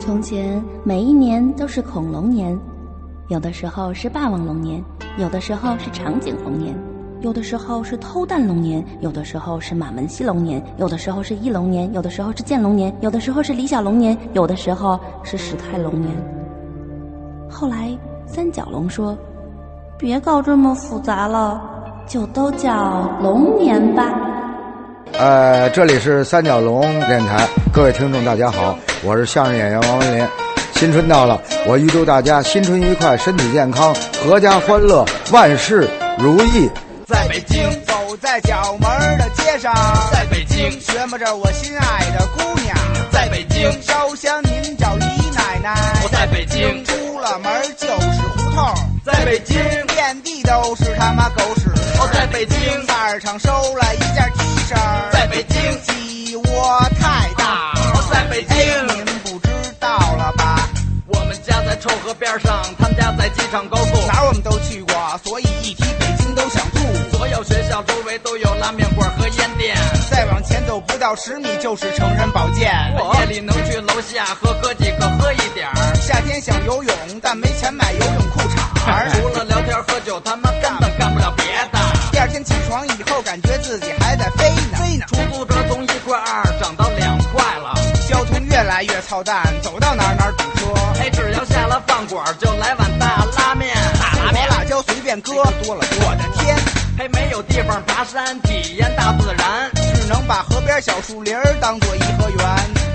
从前每一年都是恐龙年，有的时候是霸王龙年，有的时候是长颈龙年，有的时候是偷蛋龙年，有的时候是马门溪龙年，有的时候是翼龙年，有的时候是剑龙年，有的时候是李小龙年，有的时候是史泰龙年。后来三角龙说：“别搞这么复杂了，就都叫龙年吧。”呃，这里是三角龙电台，各位听众大家好，我是相声演员王文林。新春到了，我预祝大家新春愉快，身体健康，阖家欢乐，万事如意。在北京，走在角门儿的街上，在北京，学摸着我心爱的姑娘，在北京，烧香您找姨奶奶。我在北京，出了门儿就是胡同，在北京，遍地都是他妈狗屎。我在北京，范儿上收了一件 T 恤，在北京，啊鸡窝太大。我在北京，哎，您不知道了吧？我们家在臭河边上，他们家在机场高速，哪儿我们都去过，所以一提北京都想吐。所有学校周围都有拉面馆和烟店。再往前走不到十米就是成人保健。我夜里能去楼下喝喝几个，喝一点儿。夏天想游泳，但没钱买游泳裤衩儿。除了聊天喝酒，他妈根本干不了别的。第二天起床以后，感觉自己还在飞呢。飞呢出租车从一块二涨到两块了，交通越来越操蛋，走到哪儿哪儿堵车。哎，只要下了饭馆就来碗大拉面。大大麻辣椒随便搁，多了我的天，嘿，没有地方爬山，体验大自然。只能把河边小树林儿当做颐和园。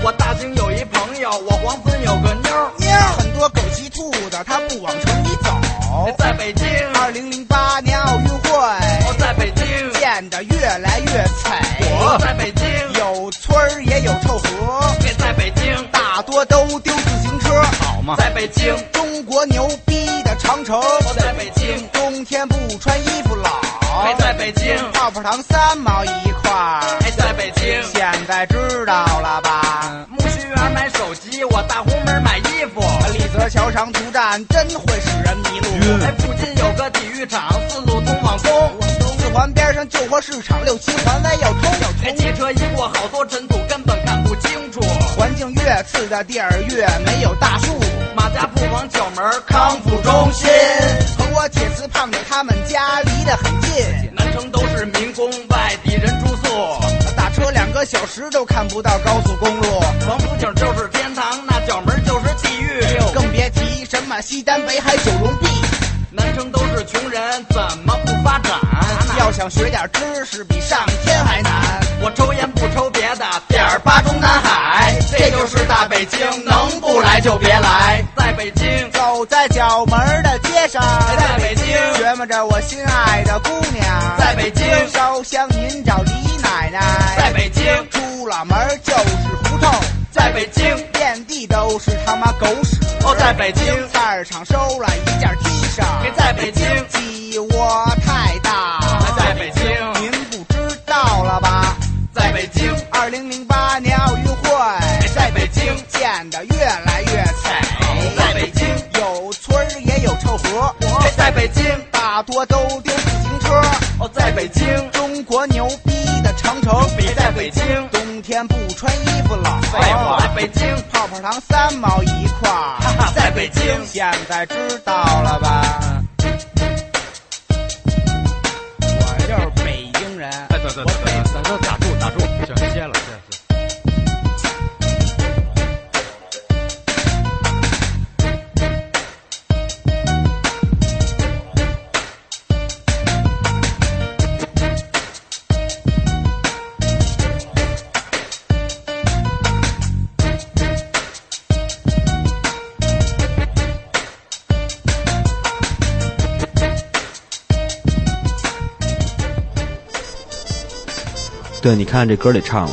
我大兴有一朋友，我黄村有个妞儿。喵，很多狗急兔子，它不往城里走。在北京，二零零八年奥运会我在北京，变得越来越惨。我在北京，有村儿也有臭河，也在北京，大多都丢自行车。好嘛，在北京，中国牛逼的长城，我在北京，冬天不穿衣服老。哎，在北京，泡泡糖三毛一块儿，哎，在北京，现在知道了吧？木须园买手机，我大红门买衣服。李泽桥长途站真会使人迷路。哎，附近有个体育场，四路通往东。四环边上旧货市场，六七环外要通要哎，通。汽车一过，好多尘土，根本看不清楚。环境越次的地儿越没有大树。马家铺往角门康复中心，和我铁丝胖子他们家离得很近。南城都是民工，外地人住宿。打车两个小时都看不到高速公路，王府井就是天堂，那角门就是地狱。更别提神马西单、北海、九龙壁。南城都是穷人，怎么不发展？要想学点知识，比上天还难。我抽烟不抽别的，点儿八中南海，这就是大北京，能不来就别来。在北京，走在角门的街上，在北京，琢磨着我心爱的姑娘，在北京，烧香您找李奶奶，在北京，出了门就是胡同，在北京，遍地都是他妈狗屎。哦，在北京，菜市场收了一件 T 嘿恤，在北京，鸡窝太大，在北京，您不知道了吧？在北京，二零零八年奥运哎会在北京，建得越来越哎惨，在北京，有村儿也有臭河，哎在北京，大多都丢自行车。哦，在北京，中国牛逼的长城，哎在北京，冬天不穿衣服冷。废话，在北京，泡泡糖三毛一块哈儿，哈，在北京。现在知道了吧？我就是北京人，哎，等等等等等等，打住打住，行，歇了歇了。歇了对，你看这歌里唱了，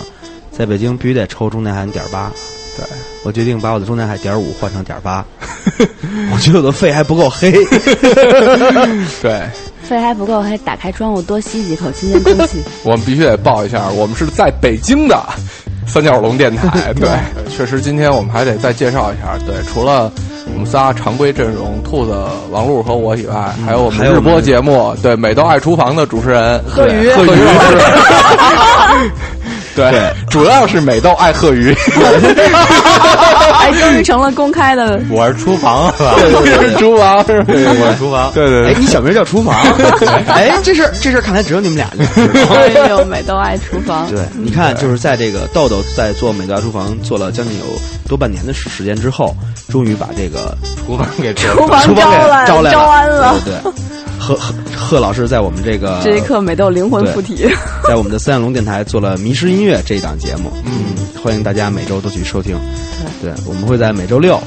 在北京必须得抽中南海点八。对，我决定把我的中南海点五换成点八。我觉得我的肺还不够 黑。 对，肺还不够，还打开窗户多吸几口新鲜空气。我们必须得报一下，我们是在北京的 三角龙电 台。对，确实，今天我们还得再介绍一下。对，除了我们仨常规阵容，兔子、王璐和我以外，还有我们还有日我们播节目， 对，美到爱厨房的主持人贺对鱼贺 鱼老 师。对，主要是美豆爱贺鱼。 还终于成了公开的。我是厨房是吧？这是厨房是吧？我是厨房。对对哎，对，你小名 叫厨房，哎，这事儿这事儿看来只有你们俩知道。哎呦，美豆爱厨房，对，你看，就是在这个豆豆在做美家厨房做了将近有多半年的时时间之后，终于把这个厨房给厨房厨房招给了，招来招安了。对对，贺贺贺老师在我们这个这一刻，美豆灵魂附体。 在我们的三角龙电台做了《迷失音乐》这一档节目，嗯，欢迎大家每周都去收听。嗯对，我们会在每周六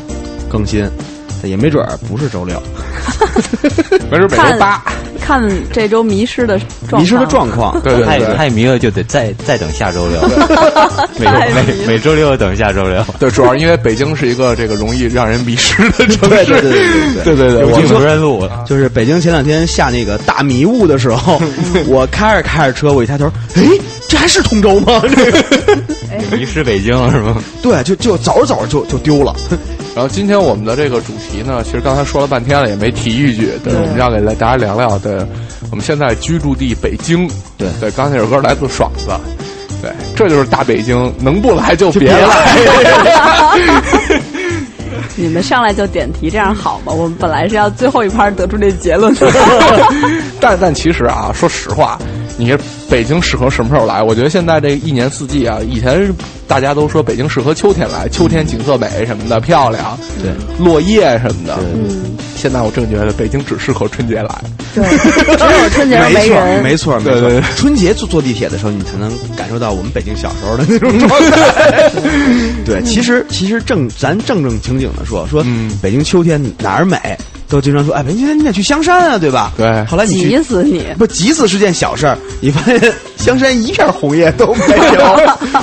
更新，但也没准儿不是 周六。没准每看周八，看这周迷失的状迷失的况状况，对对太对。太迷了，就得再再等下周 六，每太迷每每周六等下周六。对，主要是因为北京是一个这个容易让人迷失的城对对市。对对对对对对，有我进无人路，就是北京前两天下那个大迷雾的时候， 我开着开着车，我一抬头，哎，这还是通州 吗？ 这个迷失北京是吗？对，就就走着走着就就丢了。然后今天我们的这个主题呢，其实刚才说了半天了，也没提一句。对，我们要给大家聊聊，对，啊我们现在居住地北京。对对，刚才那首歌来自爽子。对，这就是大北京，能不来就别别 来。 你们上来就点题，这样好吗？我们本来是要最后一盘得出这结论 的。但但其实啊，说实话，你北京适合什么时候来？我觉得现在这一年四季啊，以前大家都说北京适合秋天来，秋天景色美什么的，漂亮，对，落叶什么的。嗯，现在我正觉得北京只适合春节来。对，只有春节上没错人。，没错，没对对错对。春节坐坐地铁的时候，你才能感受到我们北京小时候的那种状 态。对，其实其实正咱正正经经的说说，嗯北京秋天哪儿美，都经常说，哎，北京秋天你得去香山啊，对吧？对后来你急去。死你！不，急死是件小事儿，你发现香山一片红叶都没有。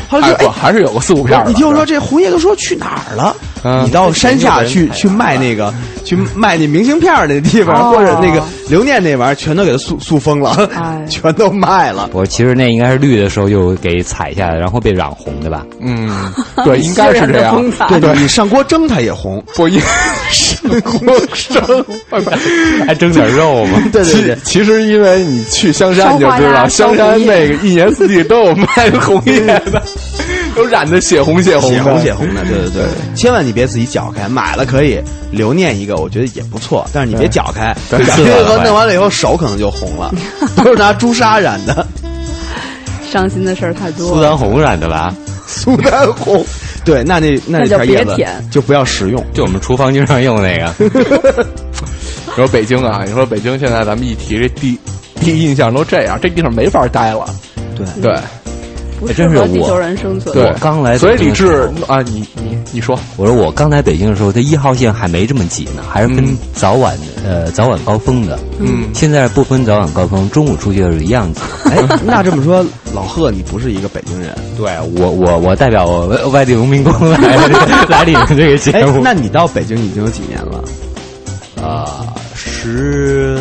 后来哎，说，不，哎， 还是有个四五片儿的。你听我说，这红叶都说去哪儿了？嗯你到山下去北京有人去卖那个，去卖那明信片儿那地方，哦或者那个留念那玩意儿，全都给它塑塑封了哎， 全都 卖了。我其实那应该是绿的时候就给采下来，然后被染红的吧？ 嗯，对，应该是这 样。对对，你上锅蒸它也红。 不应是我生，还蒸点肉吗？ 啊对对对其， 其实因为你去香山，你就知道烧花呀烧香山红叶那个一年四季都有卖红叶 的，都染的血红血红血的。红血红的，对对对，千万你别自己搅开，买了可以留念一个，我觉得也不错，但是你别搅开，对搅开是的以后弄完了以后手可能就红 了，都是拿朱砂染的，伤心的事儿太多 苏了。丹红染的吧？ 苏丹红，对，那那那那就这片叶别子舔就不要食用，就我们厨房经常用那个， 你说北京啊，你说北京现在咱们一提这第第一印象都这样，这地方没法待了。对对不哎适真是合地我球人生存。对我，刚来所以北京李的时志候啊，你你你说，我说我刚来北京的时候，这一号线还没这么挤呢，还是分嗯早晚、呃早晚高峰的。嗯现在不分早晚高峰，中午出去是一样 挤。哎，那这么说，老贺你不是一个北京人，对我我我代表我外外地农民工来 来你们这个节哎，目。那你到北京已经有几年了？啊、十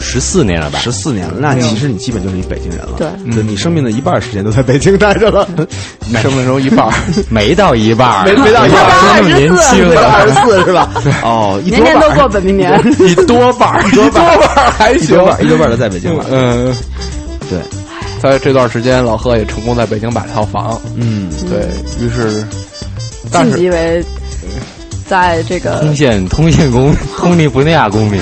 十四年了吧？十四年了，那其实你基本就是一北京人了，对对，你生命的一半时间都在北京待着了，生命中一半儿，没到一半儿，没没到一半儿说那么年轻对，了。二十四 是吧？ 哦，一多年年半都儿过本命 年，一多半儿，一多半儿还一行多。半儿一多半儿都在北京了， 嗯，对，在这段时间，老贺也成功在北京买了套房。嗯，对于是，但晋是级为在这个通县通县公通利不那亚公民，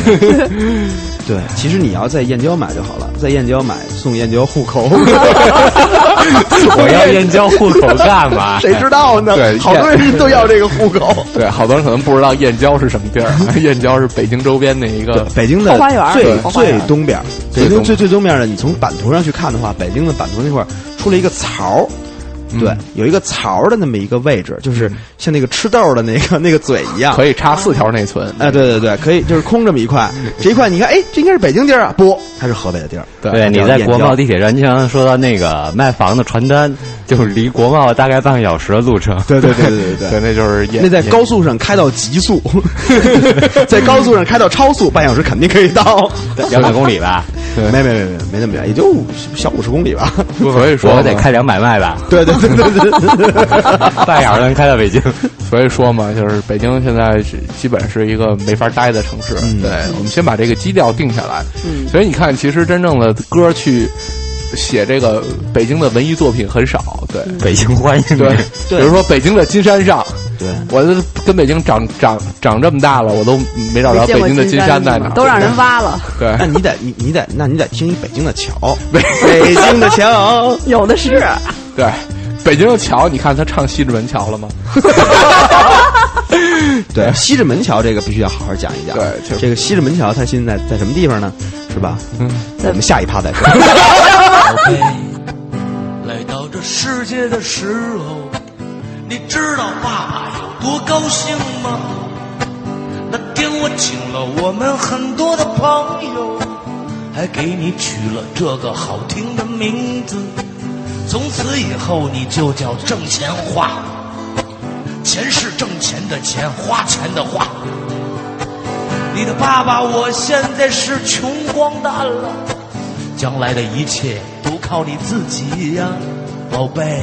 对，其实你要在燕郊买就好了，在燕郊买送燕郊户口， 我要燕郊户口干嘛？谁知道呢？对好多人都要这个户口。对好多人可能不知道燕郊是什么地儿，啊 燕郊是北京周边的一个。北京的后花园儿最对后花园最儿东边儿，最北京东最最东边儿的，你从版图上去看的话，北京的版图那块儿出了一个槽儿。嗯对，有一个槽儿的那么一个位置，就是像那个吃豆儿的那个那个嘴一样。可以插四条内存，嗯哎，对对对，可以，就是空这么一块，这一块你看，哎，这应该是北京地儿啊，不，它是河北的地儿。对，你在国贸地铁站经常说到那个卖房的传单，就是离国贸大概半个小时的路程。对对对 对对对，那就是燕。那在高速上开到极速， 在高速上开到超速，半小时肯定可以到。两百公里吧，没哎没没没没那么远，也就小五十公里吧。所以说我嘛得开两百迈吧，对对对对对对。半小时能开到北京。 所以说嘛，就是北京现在是基本是一个没法待的城市。嗯嗯对，我们先把这个基调定下来。所以你看，其实真正的歌去写这个北京的文艺作品很少，对嗯北京欢迎对，比对如说北京的金山上，对，我都跟北京长长长这么大了，我都没找着见北过京的金山山在哪儿，都让人 挖了，对那哎你得你你得那你得听一北京的桥，北京的桥，有的是。对，北京的桥，你看他唱西直门桥了吗？ 对，西直门桥这个必须要好好讲一讲。对就是这个西直门桥它现在在什么地方呢？是吧？嗯，我们下一趴再说。来到这世界的时候，你知道爸有多高兴吗？那天我请了我们很多的朋友，还给你取了这个好听的名字。从此以后，你就叫挣钱花，钱是挣钱的钱，花钱的花。你的爸爸，我现在是穷光蛋了。将来的一切都靠你自己呀，宝贝。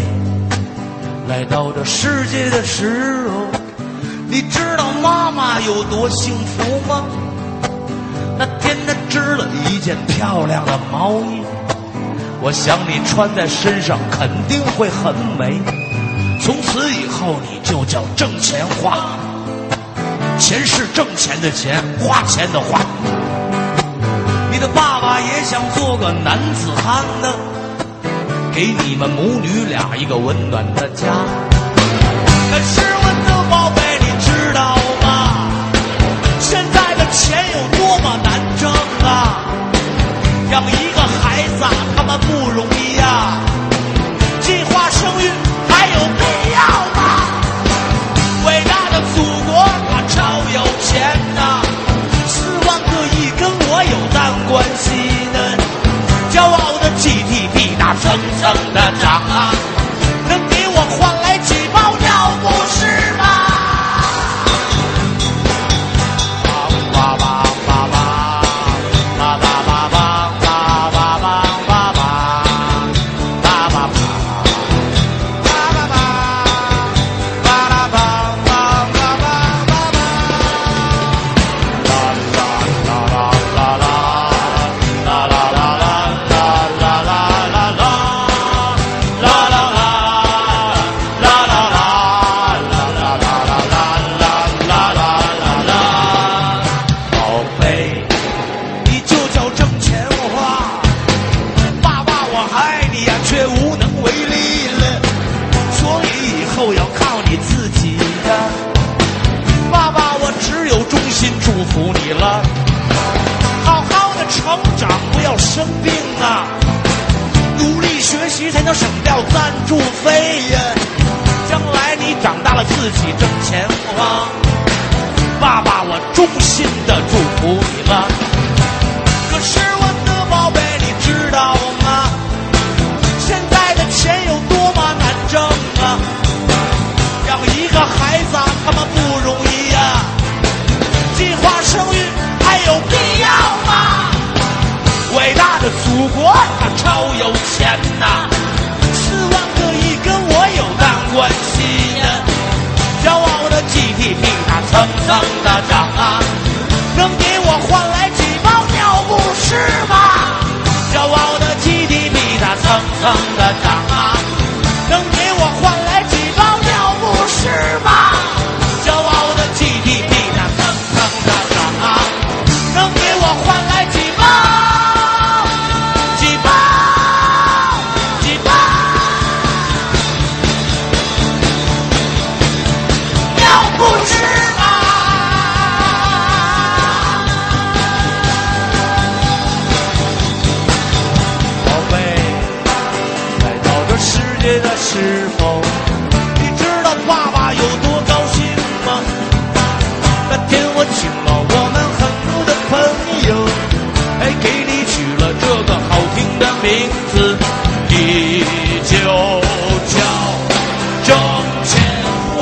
来到这世界的时候，你知道妈妈有多幸福吗？那天她织了一件漂亮的毛衣，我想你穿在身上肯定会很美。从此以后，你就叫挣钱花，钱是挣钱的钱，花钱的花。你的爸爸也想做个男子汉呢，给你们母女俩一个温暖的家。可是我的宝贝，你知道吗？现在的钱有多么难挣啊！养一个孩子啊他妈不容易呀、计划生育还有必要吗？伟大的祖国，我超有钱呐、四万个亿跟我有淡关系呢？骄傲的 GDP 那蹭蹭的涨啊，能给我换来几包尿不是吗？叭叭叭叭叭叭叭叭叭叭叭叭叭叭叭。宝贝，你就叫挣钱花。爸爸，我爱你呀，却无能为力了，所以以后要靠你自己呀。爸爸，我只有衷心祝福你了，好好的成长，不要生病啊，努力学习才能省掉赞助费呀。将来你长大了自己挣钱花，爸爸，我衷心的祝福你了。可是我的宝贝，你知道吗？现在的钱有多么难挣啊！养一个孩子啊他妈不容易呀、计划生育还有必要吗？伟大的祖国它超有钱呐、四万个亿跟我有淡关系呢、骄傲的 GDP 它蹭蹭的涨啊，能给我换来几包尿不湿吗？骄傲的 GDP 它蹭蹭的涨啊，能给我换来几包尿不湿吗？骄傲的 GDP 它蹭蹭的涨啊，能给我换来几包？几包？几包？要不知道。宝贝，来到这世界的时候，你知道爸爸有多高兴吗？那天我请了我们很多的朋友，哎，给你取了这个好听的名字，你就叫挣钱花。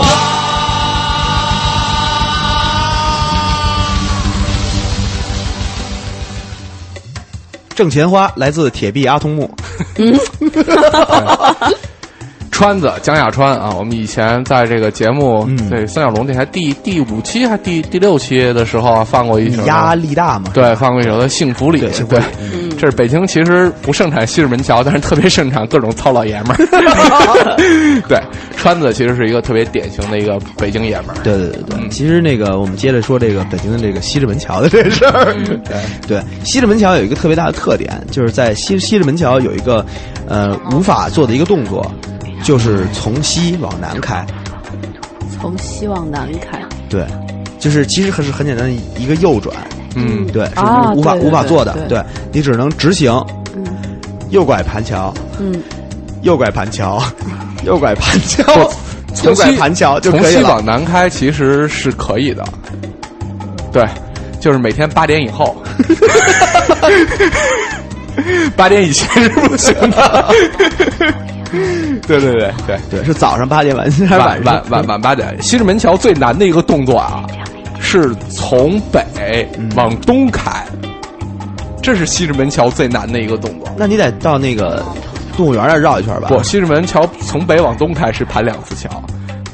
挣钱花来自铁臂阿童木，川子江亚川啊，我们以前在这个节目，对三角龙电台第第五期还第第六期的时候啊，放过一首压力大嘛。对，放过一首的《幸福里》，对幸福里对这是北京其实不盛产西直门桥，但是特别盛产各种糙老爷们儿。对，川子其实是一个特别典型的一个北京爷们儿。嗯对对对对，其实那个我们接着说这个北京的这个西直门桥的这事儿。对，西直门桥有一个特别大的特点，就是在西西直门桥有一个呃无法做的一个动作，就是从西往南开。从西往南开，对，就是其实很是很简单的一个右转，嗯，对，是啊无无法对对无法对做的，对你只能直行，右拐盘桥，嗯，右拐盘桥，右拐盘 桥不，右从拐西盘桥就从可以西了。往南开其实是可以的。对，就是每天八点以后。八点以前是不行的，对对对对，对，是早上八点晚，还是晚上晚晚晚八点，西直门桥最难的一个动作啊，是从北往东开，这是西直门桥最难的一个动作。那你得到那个动物园那儿绕一圈吧？不，西直门桥从北往东开是盘两次桥，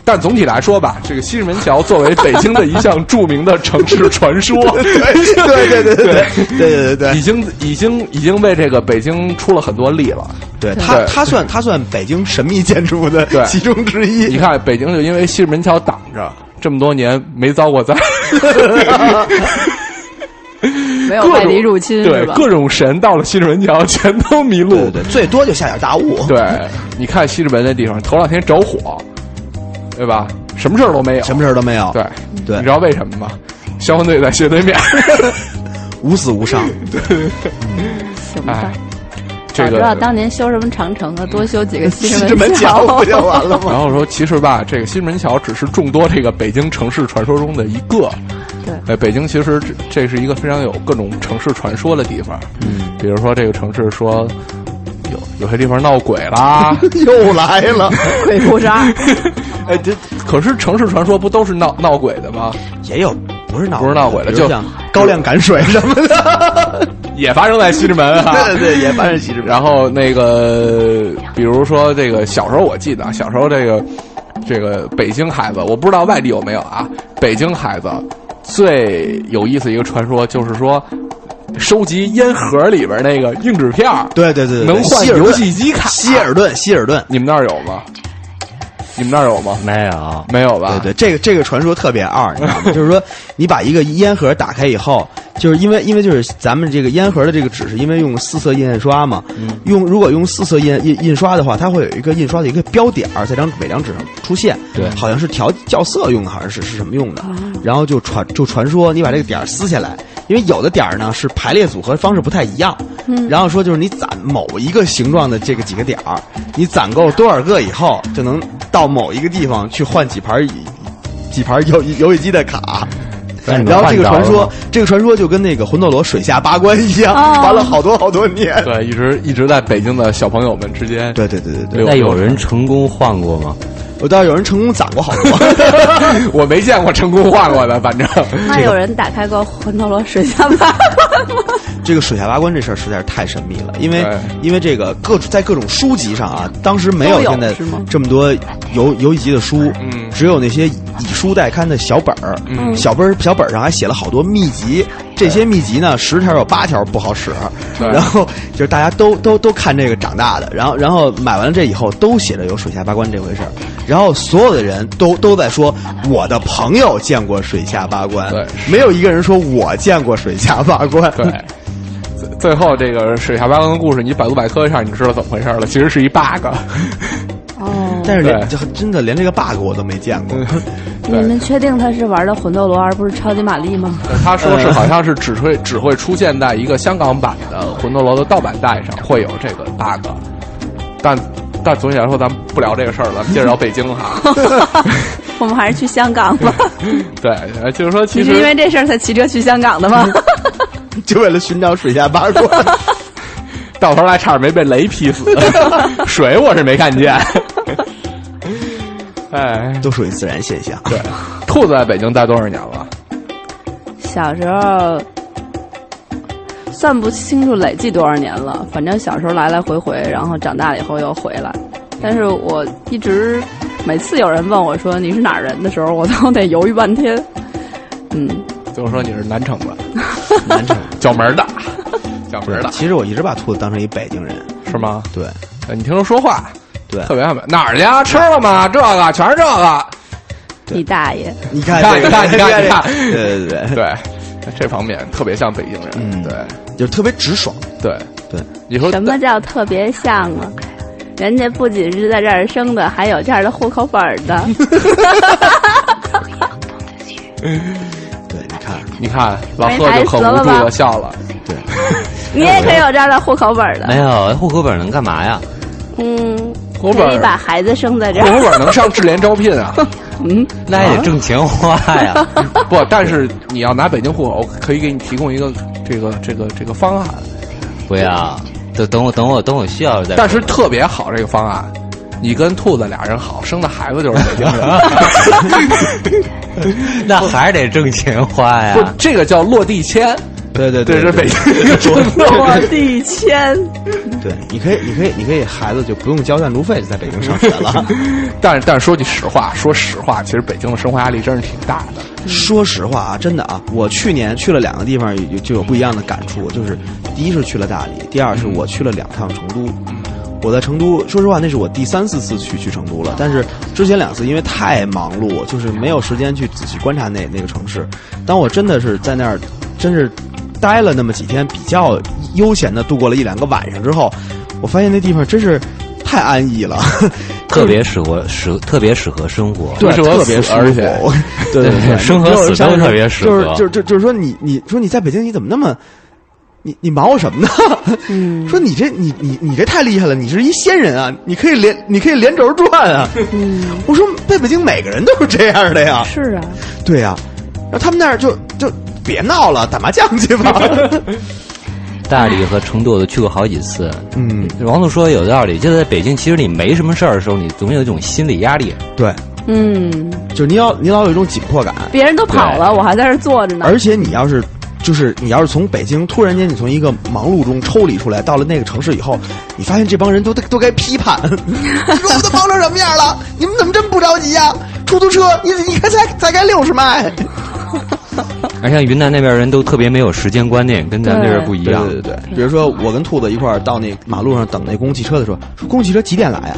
但总体来说吧，这个西直门桥作为北京的一项著名的城市传 说，对对对对对对对对已经已经已经为这个北京出了很多力了。对，它对它算它算北京神秘建筑的对其中之你一。看，北京就因为西直门桥挡着，这么多年没遭过灾。没有各外种敌入侵对是吧？各种神到了西直门桥全都迷路。对对，最多就下点大雾。对你看西直门那地方，头两天着火，对吧？什么事儿都没有，什么事儿都没有，对对你知道为什么吗？消防队在斜对面。 无死无 伤。嗯行吧哎。，这早知个道当年修什么长城啊，多修几个西西 直直门桥桥不就完了吗？然后说，其实吧，这个西直门桥只是众多这个北京城市传说中的一个。对哎，北京其实这这是一个非常有各种城市传说的地方。嗯，比如说这个城市说有有些地方闹鬼啦， 又来了，鬼哭杀， 哎，这可是城市传说不都是闹闹鬼的吗？也有不是闹不是闹鬼的比就如像高粱赶水什么的。也发生在西直门啊。 对对对，也反正其实然后那个，比如说这个小时候我记得啊，小时候这个这个北京孩子，我不知道外地有没有啊，北京孩子最有意思一个传说就是说，收集烟盒里边那个硬纸片儿对对对，对能换希尔顿游戏机卡。希尔顿，希尔顿。你们那儿有吗？你们那儿有吗？没有，没有吧对？对，这个这个传说特别二，你知道 吗？就是说，你把一个烟盒打开以后，就是因为因为就是咱们这个烟盒的这个纸是因为用四色印刷嘛，嗯用如果用四色印印印刷的话，它会有一个印刷的一个标点儿在张每张纸上出现，对好像是调校色用的，好像是是什么用的。然后就传就传说你把这个点儿撕下来，因为有的点儿呢是排列组合方式不太一样，嗯然后说就是你攒某一个形状的这个几个点儿，你攒够多少个以后，就能到某一个地方去换几盘儿几盘儿游游戏机 的卡。那你能然后这个换着传了说吗，这个传说就跟那个魂斗罗水下八关一样，哦哎玩了好多好多年。对，一直一直在北京的小朋友们之间。对对对对对，对那有人成功换过吗？我倒是有人成功攒过好 多。 我没见过成功换过的，反正 那有人打开过魂斗罗水下吧？这个水下八关这事儿实在是太神秘了，因为对因为这个各在各种书籍上啊，当时没都有现在是吗这么多游游戏机的书，嗯只有那些以书代刊的小本儿，嗯小本儿小本儿上还写了好多秘籍，这些秘籍呢十条有八条不好使，对然后就是大家都都都看这个长大的，然后然后买完了这以后都写着有水下八关这回事儿，然后所有的人都都在说我的朋友见过水下八关对，没有一个人说我见过水下八关，对。最最后，这个水下八关的故事，你百度百科一下，你知道怎么回事了。其实是一 bug， 哦， 但是连对嗯这真的连这个 bug 我都没见 过。嗯你们确定他是玩的魂斗罗而不是超级玛丽吗？ 呃他说嗯是好像是只会只会出现在一个香港版的《魂斗罗》的盗版带上会有这个 bug，但但总体来说，咱们不聊这个事儿了，咱们接着聊北京 哈。 我们还是去香港吧。对，呃就是说 其你实是因为这事儿才骑车去香港的吗？就为了寻找水下八关。 到头来差点没被雷劈死， 水我是没看 见。哎，都属于自然现象。对，兔子在北京待多少年了？小时候算不清楚累计多少年了，反正小时候来来回回，然后长大了以后又回来。但是我一直每次有人问我说你是哪儿人的时候，我都得犹豫半天。嗯， 就是说你是南城的，南城角门儿的，讲门对儿，的，其实我一直把兔子当成一北京人，是吗？对哎你听说说话对特，别爱美，哪儿去啊？吃了吗？这个全是这个。对你大爷！你看你看这个你看你看这个对对对对，对，这方面特别像北京人。嗯对就是特别直爽，对对， 以后什么叫特别像啊？人家不仅是在这儿生的，还有这儿的户口本儿 的。对，你看你看老贺就可无助的笑了。你也可以有这儿的户口本儿没的。有户口本能干嘛呀？嗯，户口本可以把儿，孩子生在这户口儿。本儿能上智联招聘啊？嗯， 那也得挣钱花呀。 不，但是你要拿北京户口，可以给你提供一个这个这个这个方案，不要，等等我等我等我需要再说。但是特别好这个方案。你跟兔子俩人好，生的孩子就是北京人。 那还是得挣钱花不呀，。这个叫落地签，对对这对是北京一个传统。落地签， 对，你可以你可以你可以孩子就不用交赞助费就在北京上学了。但是但是说句实话，说实话，其实北京的生活压力真是挺大的。说实话啊，真的啊，我去年去了两个地方，有就有不一样的感触，就是第一是去了大理，第二是我去了两趟成都。我在成都，说实话，那是我第三四次去去成都了。但是之前两次因为太忙碌，就是没有时间去仔细观察那那个城市。当我真的是在那儿，真是待了那么几天，比较悠闲的度过了一两个晚上之后，我发现那地方真是太安逸了。 特别适合适特别适合生活。对，适合特别死舒而服且， 对对 对对生和死都就是特别适合就是就是就是就是说你你说你在北京你怎么那么，你你忙活什么呢？ 嗯，说你这你你你这太厉害了，你是一仙人啊，你可以连你可以连轴转啊。我说在北京每个人都是这样的呀，是啊， 对呀、然后他们那儿就就别闹了，打麻将去 吧。大理和成都我都去过好几次。嗯，王璐说的有道理，就在北京，其实你没什么事儿的时候，你总有一种心理压力。对，嗯，就是你要你老有一种紧迫感，别人都跑了，我还在这儿坐着呢。而且你要是，就是你要是从北京突然间你从一个忙碌中抽离出来，到了那个城市以后，你发现这帮人都都该批 判，你说我们都忙成什么样了？你们怎么这么不着急呀、出租车，你你看才才开六十迈，而哎像云南那边人都特别没有时间观念，跟咱们这边不一样。对对。比如说我跟兔子一块儿到那马路上等那公共汽车的时候，说公共汽车几点来呀、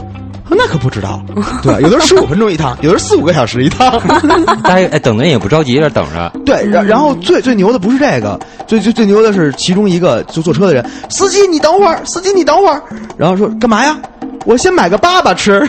说啊那可不知道，对，有的是十五分钟一趟，有的是四五个小时一趟。 大家哎，等的人也不着急，这等着。对，然然嗯后最最牛的不是这个，最最最牛的是其中一个就坐车的人，司机你等会儿，司机你等会儿，然后说干嘛呀？我先买个粑粑吃。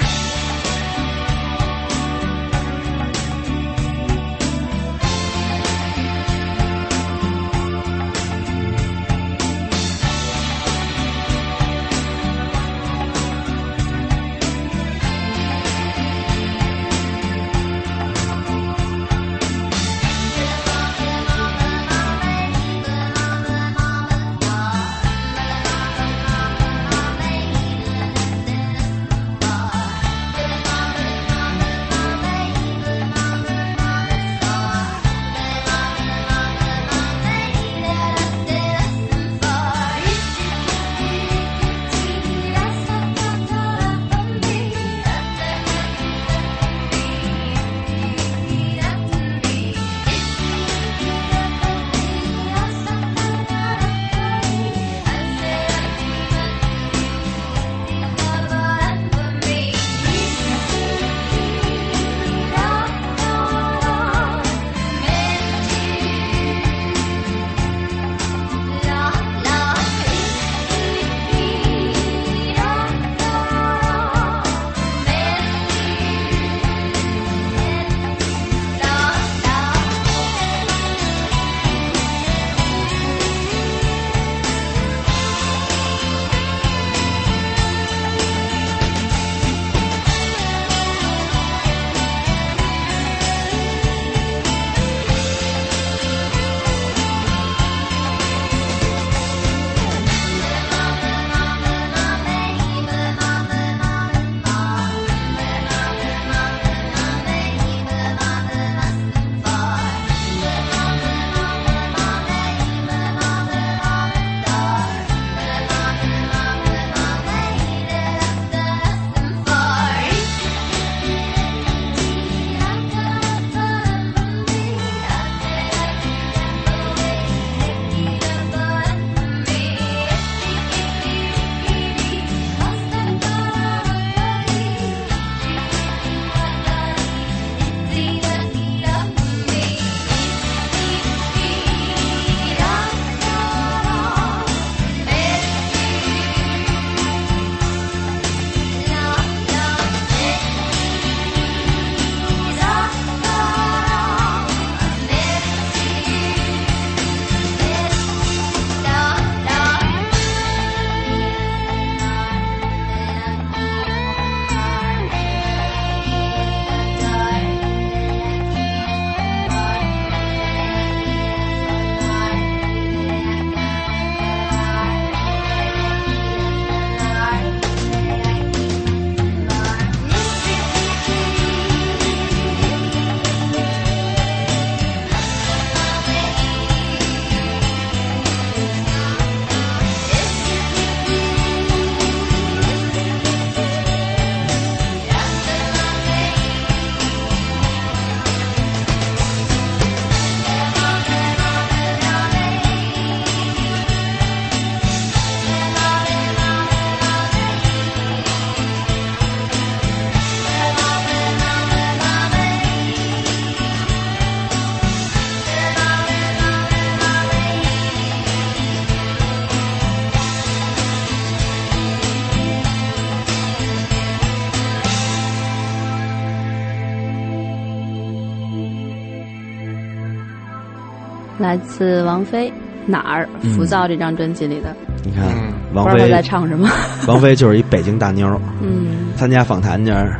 来自王菲《哪儿》《浮躁》这张专辑里的，嗯你看嗯不王知道菲她在唱什么。王菲就是一北京大妞儿， 嗯，参加访谈就是，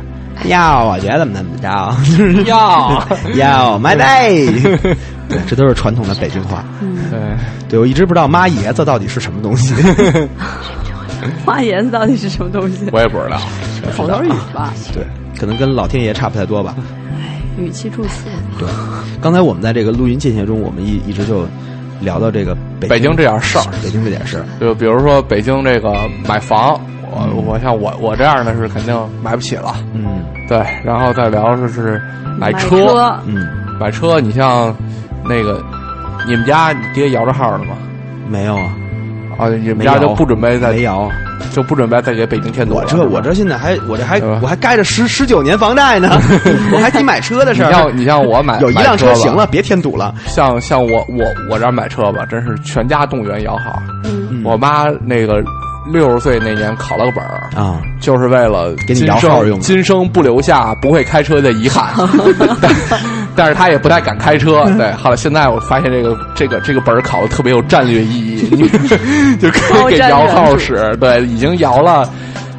呀，我觉得怎么怎么着，呀，呀，my day，对，这都是传统的北京话。嗯对，对我一直不知道妈爷子到底是什么东西，花椰子到底是什么东西？ 我也不知道。口头语吧，对，可能跟老天爷差不太多吧。语气助词。对，刚才我们在这个录音进行中，我们一一直就聊到这个北北京这点事儿北京这点事儿。就比如说北京这个买房，我我像我我这样的是肯定买不起了，嗯对。然后再聊就是买车，车，嗯，买车，你像那个你们家你爹摇着号了吗？没有啊，啊，你们没家摇，就不准备再没摇。就不准备再给北京添堵了。我这我这现在还我这还对吧我还该着十十九年房 贷呢，我还提买车的你事儿。像你像我 买有一辆车行，买了，吧别添堵了。像像我我我这儿买车吧，真是全家动员摇号。嗯，我妈那个六十岁那年考了个本儿，啊，就是为了给你今摇号生用的今生不留下不会开车的遗 憾。但但是她也不太敢开车，对。后来现在我发现这个这个这个本儿考的特别有战略意义， 你就可以给摇号使。对，已经摇了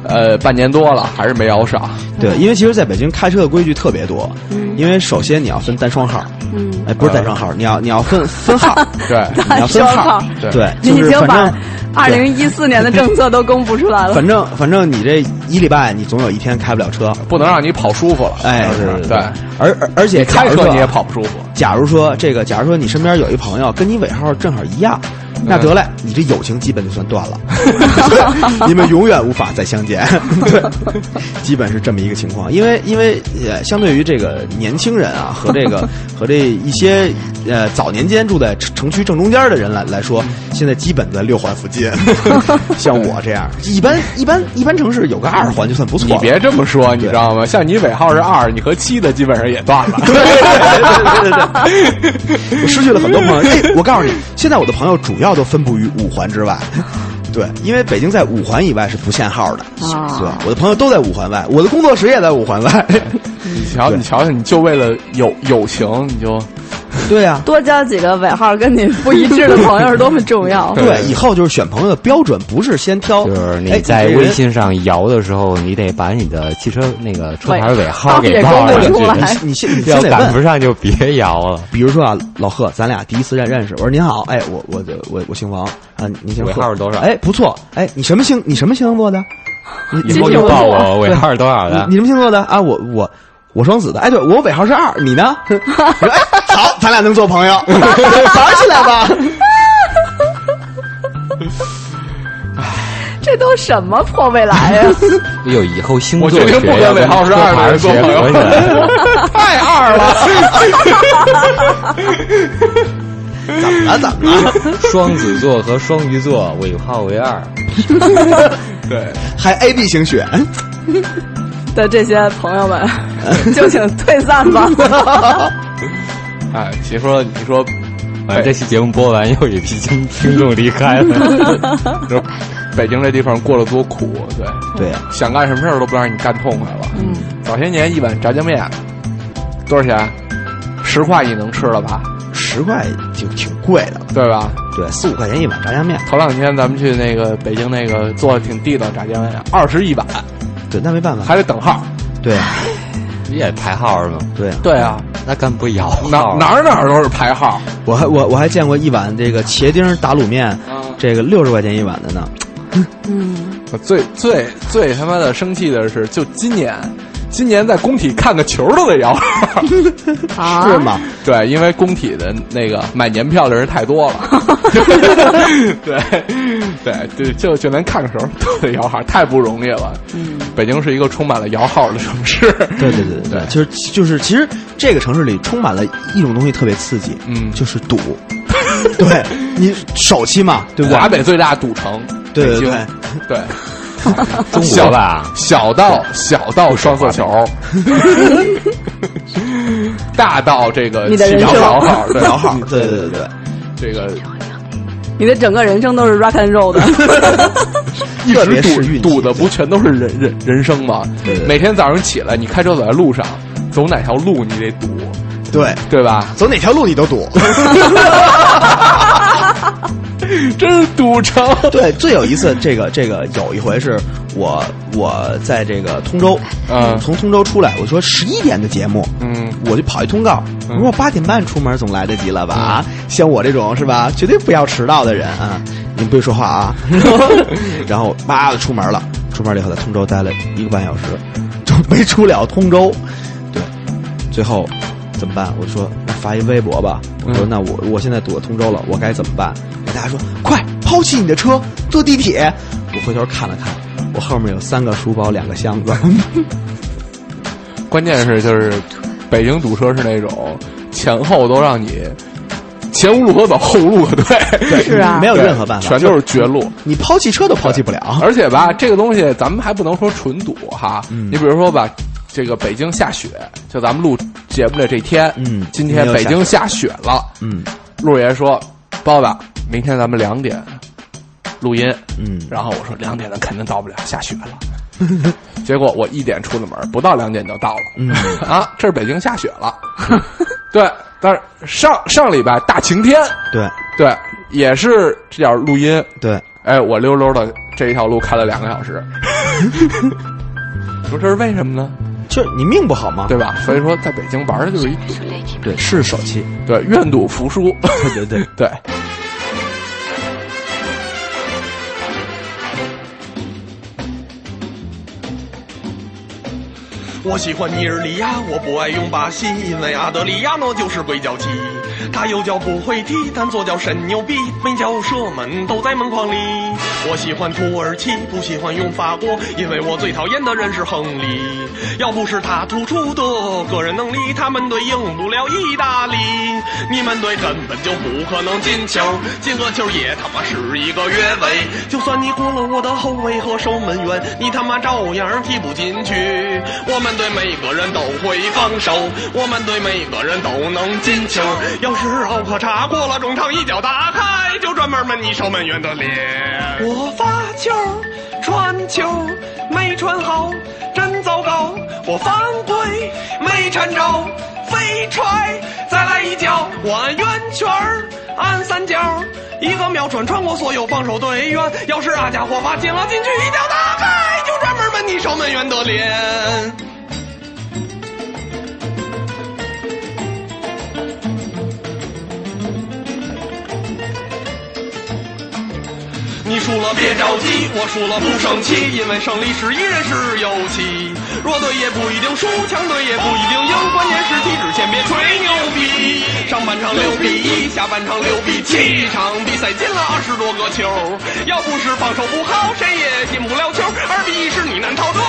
呃半年多了，还是没摇上。对，因为其实在北京开车的规矩特别多，因为首先你要分单双号，嗯，哎，不是单双号，你要你要分分号， 对，你要分单双号号，对对，你就已是经反把正二零一四年的政策都公布出来了。反正反正你这一礼拜你总有一天开不了车，不能让你跑舒服了。哎，是对对，而而而且假开如车说你也跑不舒服。假如说这个，假如说你身边有一朋友跟你尾号正好一样，嗯那得嘞，你这友情基本就算断了， 你们永远无法再相见。对，基本是这么一个情况。因为因为呃，相对于这个年轻人啊，和这个和这一些呃早年间住在城城区正中间的人来来说，现在基本在六环附近。 像我这样，一般一般一般城市有个二环就算不错你了。别这么说，你知道吗？像你尾号是二，你和七的基本上也断了。对对对对对对，我失去了很多朋嗯友。哎，我告诉你，现在我的朋友主要都分布于五环之外。对，因为北京在五环以外是不限号的，啊对，我的朋友都在五环外，我的工作室也在五环外。你瞧，你瞧瞧，你就为了友友情，你 就对呀、多交几个尾号跟你不一致的朋友是多么重要。哦 对对，以后就是选朋友的标准不是先挑，就是哎你在微。你这人信上摇的时候，你得把你的汽车那个车牌尾号尾给号报给公布出上去。来你先你 要先得赶问不，上就别摇了。比如说啊，老贺，咱俩第一次认认识，我说您好，哎，我我我我姓王啊，您姓尾贺号是多少哎，不错，哎，你什么星？你什么星座的？你以后这就种报事我尾号是多少的你你。什么星座的啊？我我我双子的。哎，对，我尾号是二，你呢？ 我说哎，好，咱俩能做朋友， 玩起来吧。这都什么破未来呀、有以后星我座决定不跟尾号是二的人做朋友友。 太 二了。怎么了？怎么 了？双子座和双鱼座尾号为二，对，还 A B 型 血？的这些朋友们， 就请 退散 吧。哎，你说你说，完这期节目播完，又一批听 听众离开了。这北京这地方过得多苦，啊对，对，啊想干什么事儿都不让你干痛快了。嗯，早些年一碗炸酱面多少钱？十块你能吃了吧？十块就挺贵的了。对吧？对，四五块钱一碗炸酱面。头两天咱们去那个北京那个做的挺地道炸酱面，二十一碗，对，那没办法。还得等号。对啊你也排号是吗？对，对啊，那干哎不摇哪号？嗯哪儿哪儿都是排号。我还我我还见过一碗这个茄丁打卤面，这个六十块钱一碗的呢。我最最最他妈的生气的是，就今年，今年在工体看个球都得摇号。啊是？吗？对，因为工体的那个买年票的人太多了。对对对，就就连看个球都得摇号，太不容易了。嗯，北京是一个充满了摇号的城市。 对对对对对，就是就是，其实这个城市里充满了一种东西特别刺激，嗯就是赌。 对你手气嘛，对不对？华北最大赌城，对对北京对 对，中国吧，小到小到双色 球，大到这个你的人摇生号号，对摇号，对对对对，这个你的整个人生都是 rock and roll 的，一特别是直运气赌赌的不全都是人人人生吗对？对每天早上起来，你开车走在路上，走哪条路你得赌，对，对吧？走哪条路你都堵。真是堵城， 对，最有一次，这个这个有一回是我我在这个通州，嗯从通州出来，我说十一点的节目，嗯，我就跑一通告，我说我八点半出门总来得及了吧？啊，嗯像我这种是吧，绝对不要迟到的人啊，你们别说话 啊。然后妈的出门了，出门了以后在通州待了一个半小时，就没出了通州。对，最后怎么办？我说那发一微博吧。我嗯说那我我现在堵在通州了，我该怎么办？大家说快抛弃你的车，坐地铁。我回头看了看，我后面有三个书包，两个箱子。 关键是就是北京堵车是那种前后都让你前无路可走，后无路可退，是啊没有对任何办法，全都是绝路。你抛弃车都抛弃不了。而且吧，这个东西咱们还不能说纯堵哈。嗯你比如说吧，这个北京下雪，就咱们录节目的这天，嗯今天北京下雪了。嗯陆爷说：“包子，明天咱们两点录音。”嗯然后我说：“两点咱肯定到不了，下雪了。”嗯结果我一点出的门，不到两点就到了。嗯 啊，这是北京下雪了。 对，但是上上礼拜大晴天，对对，也是这叫录音。对，哎，我溜溜的这一条路开了两个 小时。你说这是为什么呢？就是你命不好嘛。对吧？所以说，在北京玩的就是一对，是手气。对愿赌服输，对对对， 对。我喜欢尼日利亚，我不爱用巴西，因为阿德里亚诺就是鬼脚七，他右脚不会踢，但左脚神牛逼，每脚射门都在门框里。我喜欢土耳其，不喜欢用法国，因为我最讨厌的人是亨利。要不是他突出的个人能力，他们队赢不了意大利，你们队根本就不可能进球，进个球也他妈是一个越位。就算你过了我的后卫和守门员，你他妈照样踢不进去。我们队每个人都会防守，我们队每个人都能进球。要是奥克查过了中场一脚打开，就专门闷你守门员的脸。我发球，传球没传好，真糟糕。我犯规没铲着，飞踹再来一脚，我按圆圈儿按三角。一个秒穿穿过所有防守队员，要是阿加霍发进了禁区一脚打开，就专门闷你守门员的脸。你输了别着急，我输了不生气，因为胜利是一人是有气。弱队也不一定输，强队也不一定赢，关键是体之前别吹牛逼。上半场六比一，下半场六比七，场比赛进了二十多个球，要不是防守不好，谁也进不了球。二比一是你难逃的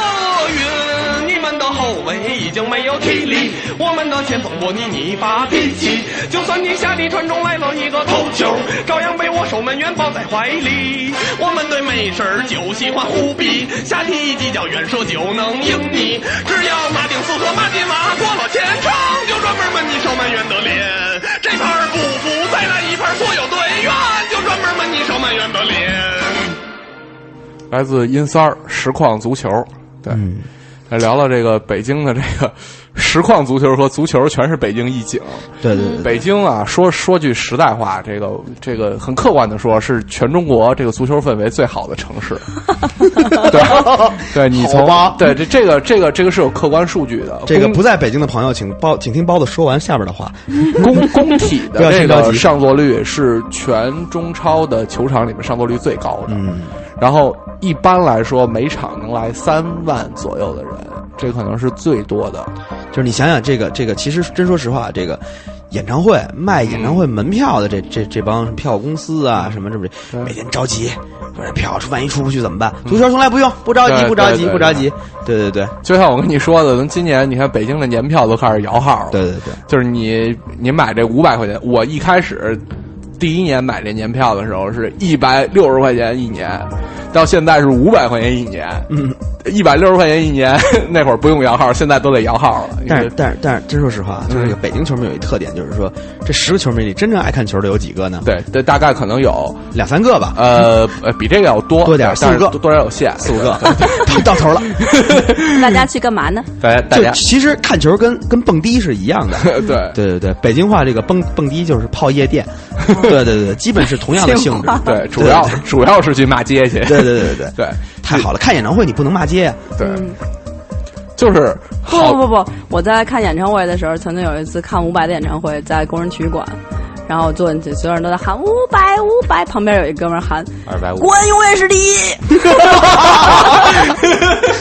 运，你们的后卫已经没有体力，我们的前锋波尼尼发脾气，就算你下底传中来了一个头球，照样被我守门员抱在怀里。我们队没事儿就喜欢胡逼，下底一记脚远射就能赢你，只要马丁斯和马蒂娃过了前场，就专门闷你守门员的脸。这盘儿不服再来一盘，所有队员就专门闷你守门员的脸。来自音三儿实况足球，对，嗯聊聊这个北京的这个实况足球和足球，全是北京一景。对对对，北京啊，说说句实在话，这个这个很客观的说，是全中国这个足球氛围最好的城市。对，对你从 好吧对这这个这个这个是有客观数据的。 这个公不在北京的朋友，请包请听包子说完下边的话。工工体 不的要这心着个急上座率是全中超的球场里面上座率最高的。嗯，然后一般来说，每场能来三万左右的人，这可能是最多的。就是你想想这个这个，其实真说实话，这个演唱会卖演唱会门票的这这这帮票公司啊，什么什么这，每天着急，说这票万一出不去怎么办？嗯足球从来不用，不着急，对不着急，对对不着急。对对对就像我跟你说的，咱今年你看北京的年票都开始摇号了。对对对，就是你你买这五百块钱，我一开始第一年买这年票的时候是一百六十块钱一年，到现在是五百块钱一年。嗯，一百六十块钱一年， 那会儿不用摇号，现在都得摇号了。但是但是但是，真说实话，啊就是嗯这个北京球迷有一特点，就是说这十个球迷里真正爱看球的有几个呢？对对，大概可能有两三个吧，呃呃比这个要多多点儿对但是四五个多多点儿有限，四五个， 到头 了。大家去干嘛呢？大家大就家其实看球跟跟蹦迪是一样的。 对对对对，北京话这个蹦蹦迪就是泡夜店，对对对，基本是同样的性质。 对，主要主要是去骂街去。对对对对对，对太好了！看演唱会你不能骂街啊呀，对，嗯就是不好不不不，我在看演唱会的时候，曾经有一次看伍佰的演唱会，在工人体育馆，然后我坐进去，所有人都在喊伍佰伍佰，旁边有一哥们儿喊哎二百五，国安永远是第一，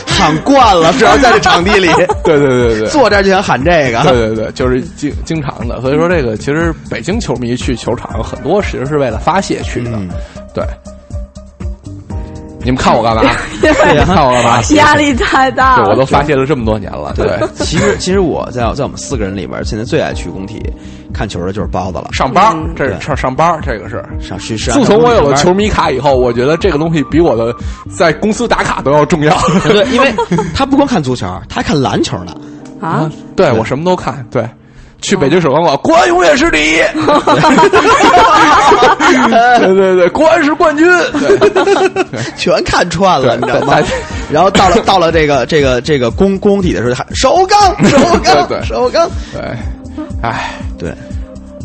喊惯了，只要在这场地里 对对对对。坐这儿就想喊这对个。对对，就是经经常的，所以说这个其实北京球迷去球场很多其实是为了发泄去的，嗯对。你们看我 干嘛？因 你啊为们看我干嘛？ 压力太大对，我了都。发泄了这么多年了。对， 其实其实我在在我们四个人里边，现在最爱去工体看球的就是包子了。上班儿嗯这是对上上班儿这个是。上去是自从我有了球迷，迷卡以后，我觉得这个东西比我的在公司打卡都要重要。 对，因 为他不光看足球，他还看篮球呢。哦啊，对我什么都看，对。去北京首钢馆，国安永远是第一。对对对，国安是冠军。对 全看串了，对你知道吗大家？ 然后到了到了这个这个这个工工体的时候，喊首钢首对对钢首钢，对，哎，对，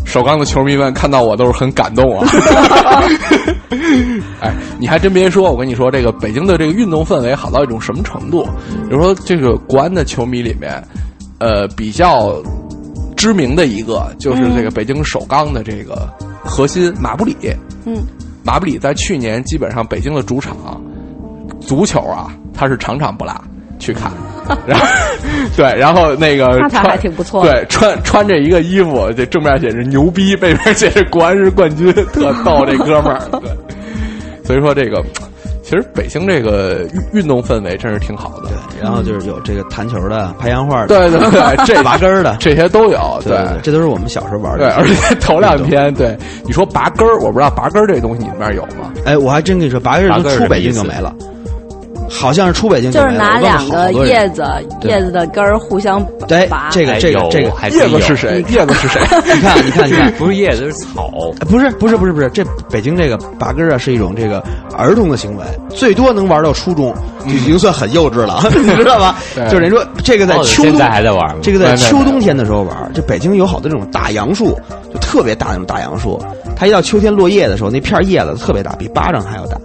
首钢的球迷们看到我都是很感动啊。哎，你还真别说，我跟你说，这个北京的这个运动氛围好到一种什么程度？比如说，这个国安的球迷里面，呃，比较知名的一个就是这个北京首钢的这个核心马布里。嗯，马布里在去年基本上北京的主场足球啊，他是场场不落去 看。然后，对，然后那个那他穿还挺不错的对，穿穿着一个衣服，这正面写着牛逼，背面写着国安是冠军，特逗这哥们儿。对，所以说这个，其实北京这个运运动氛围真是挺好的。然后就是有这个弹球的、拍洋花的、对 对对，这拔根儿的，这些都有。对对，这都是我们小时候玩对，而的。且头两天，对你说拔根儿，我不知道拔根儿这东西你们那儿有吗？哎，我还真跟你说，拔根拔儿根儿就是出什么北意京就思没了，好像是出北京就是没了拿我问了两好个多人叶子叶子的根儿互相对拔，这个哎这个有这个，还真叶子有是谁？叶子是谁？ 你看你看你看。 不是叶子是草，哎不是不是不是不是，这北京这个拔根儿啊是一种这个儿童的行为，最多能玩到初中，就已经算很幼稚了， 你知道吧？嗯对就是人说这个在哦秋现冬在还在玩吗？这个在没没秋冬天的时候玩儿，这北京有好多这种大杨树，就特别大那种大杨树，它一到秋天落叶的时候，那片儿叶子特别大，比巴掌还要大。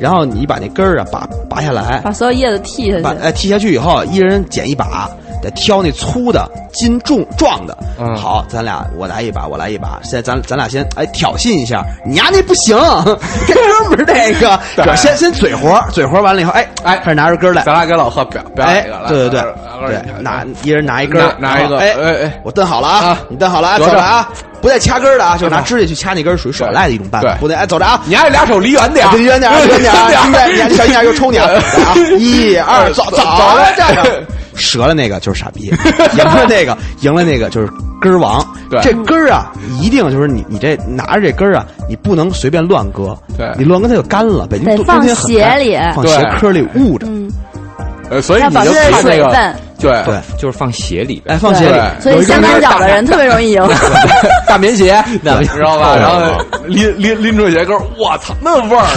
然后你把那根儿啊拔拔下来，把所有叶子剃下把去。哎剃下去以后，一人捡一把，得挑那粗的、筋重壮的。嗯好，咱俩我来一把，我来一把。现在咱咱俩先哎挑衅一下，你丫那不行， 跟哥们儿那个，主要先先嘴活儿，嘴活儿完了以后，哎哎开始拿着根儿来咱。俩给老贺表表演哎一个，来，对对对来来来对，拿一人拿一根儿，拿拿一然个后哎哎哎我蹬好了啊啊，你蹬好了啊，得走着着啊，不带掐根儿的啊，就拿得着指甲去掐那根儿，属于耍赖的一种办法，对啊不对，哎，走着啊。你还是俩手离远点 儿，离远点儿，离远点儿，离离 远远点儿！小心点儿，又抽你啊！来 啊，一二，走走哎走啊走这 样折了那个就是傻逼，赢了那个，赢了那个就是根儿王。对这根儿啊，一定就是你，你这拿着这根儿啊，你不能随便乱割，对你乱割它就干了。北京得冬放冬天很干鞋里放鞋对壳里捂着，嗯，呃，所以要你保就持看那水个分，对对，就是放鞋里边哎，。放鞋对里。所以香港脚的人特别容易赢。大棉鞋，你知道 吧？对然后拎拎拎出鞋跟儿，我操，那味儿！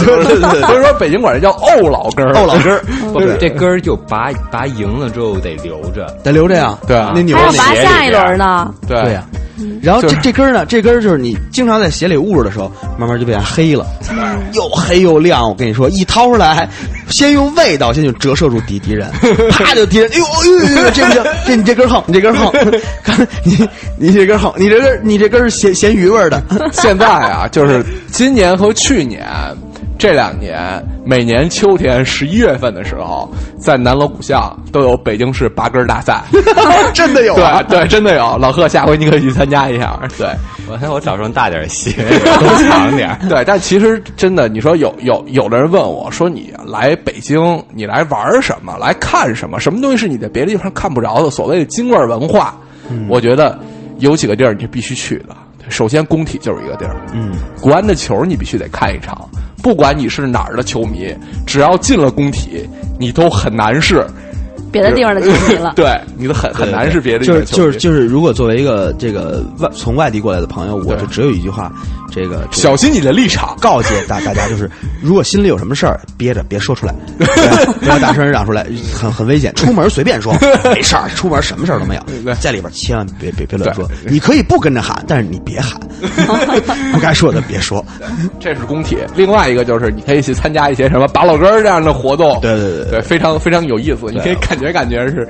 所以说北京管 这叫欧老根儿，后老 根儿，不是这根儿就拔拔赢了之后得留着，得留着呀。对啊那牛还那要个拔鞋里下一边轮呢，对对呀、然后这、就是这根儿呢，这根儿就是你经常在鞋里捂着的时候，慢慢就变黑了，又黑又亮。我跟你说，一掏出来，先用味道先就折射住敌敌人，啪就敌人，哎呦哎呦哎呦，这不行，这你这根儿横，你这 根儿横，看你你这根儿横，你这根儿你这根儿是咸咸鱼 味儿的，现在啊，就是今年和去年这两年，每年秋天十一月份的时候，在南锣鼓巷都有北京市拔根儿大赛。真 的有啊。对 对，真的有。老贺，下回你可以去参加一下。对。我看我找双大点儿 鞋，多长点儿。对，但其实真的，你说有有有的人问我说，你来北京，你来玩儿什么，来看什么，什么东西是你在别的地方看不着的？所谓的京味儿文化，嗯我觉得有几个地儿你是必须去的。首先，工体就是一个地儿，嗯，国安的球你必须得看一场，不管你是哪儿的球迷，只要进了工体，你都很难是别的地方的球迷了。 对，你都很很难是别的地就方是的球就迷。是就是，如果作为一个这个外从外地过来的朋友，我对就只有一句话，这个这个小心你的立场。告诫大大家，就是如果心里有什么事儿，憋着别说 出来，不要大声嚷出来，很很危险。出门随便 说，没事儿，出门什么事儿都没有。在里边千万别别别乱说，你可以不跟着喊，但是你别 喊，不该说的别说。这是工体。另外一个就是，你可以去参加一些什么拔老根儿这样的活动，对对对对对，非常非常有意思。你可以感觉感觉是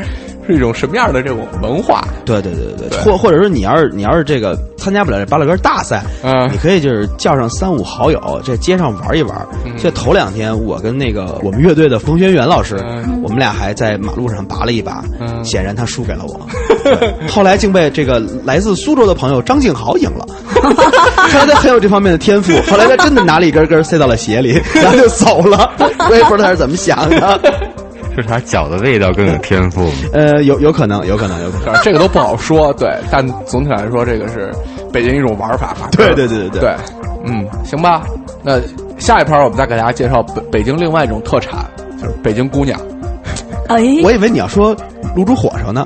是一种什么样的这种文化？对对对对对，或或者说你要是你要是这个参加不了这八乐根大赛，嗯你可以就是叫上三五好友，这街上玩一玩。这头两天，我跟那个我们乐队的冯轩元老师，我们俩还在马路上拔了一把，显然他输给了我。对后来竟被这个来自苏州的朋友张静豪赢了。 后来他很有这方面的天赋，后来他真的拿了一根根塞到了鞋里，然后就走了。我也不知道他是怎么想的。是他脚的味道更有天赋 吗？呃，有有可能，有可能，有可能。啊这个都不好说，对。但总体来说，这个是北京一种玩法吧。对对对对对嗯，行吧。那下一盘我们再给大家介绍北北京另外一种特产，就是北京姑娘。哎， 我以为你要说卤煮火烧呢。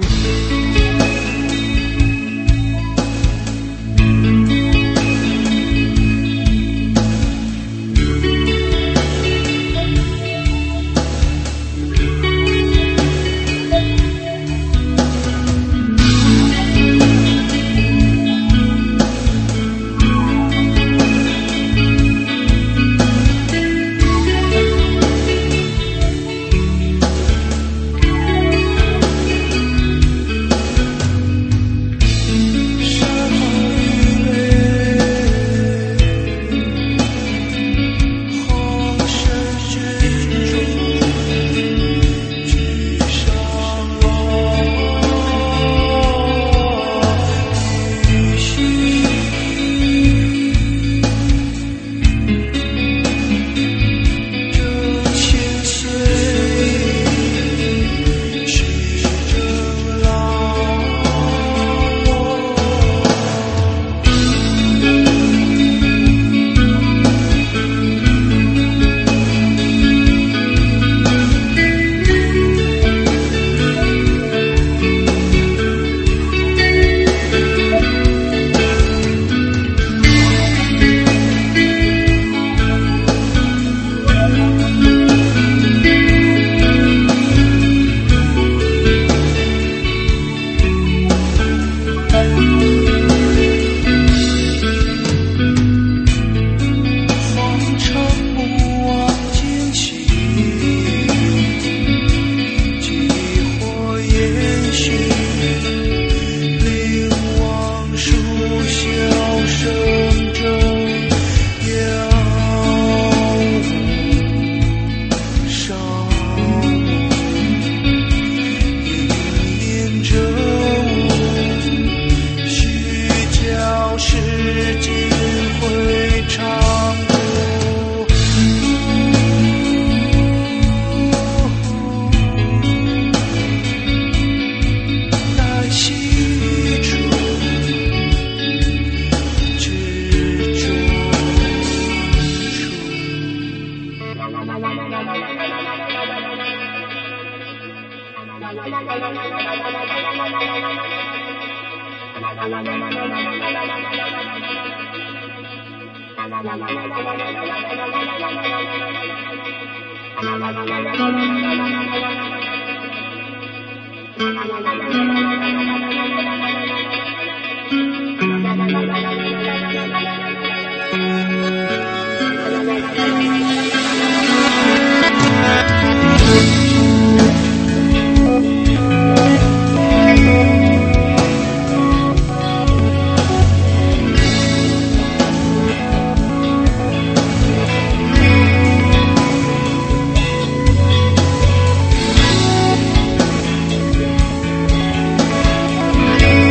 Thank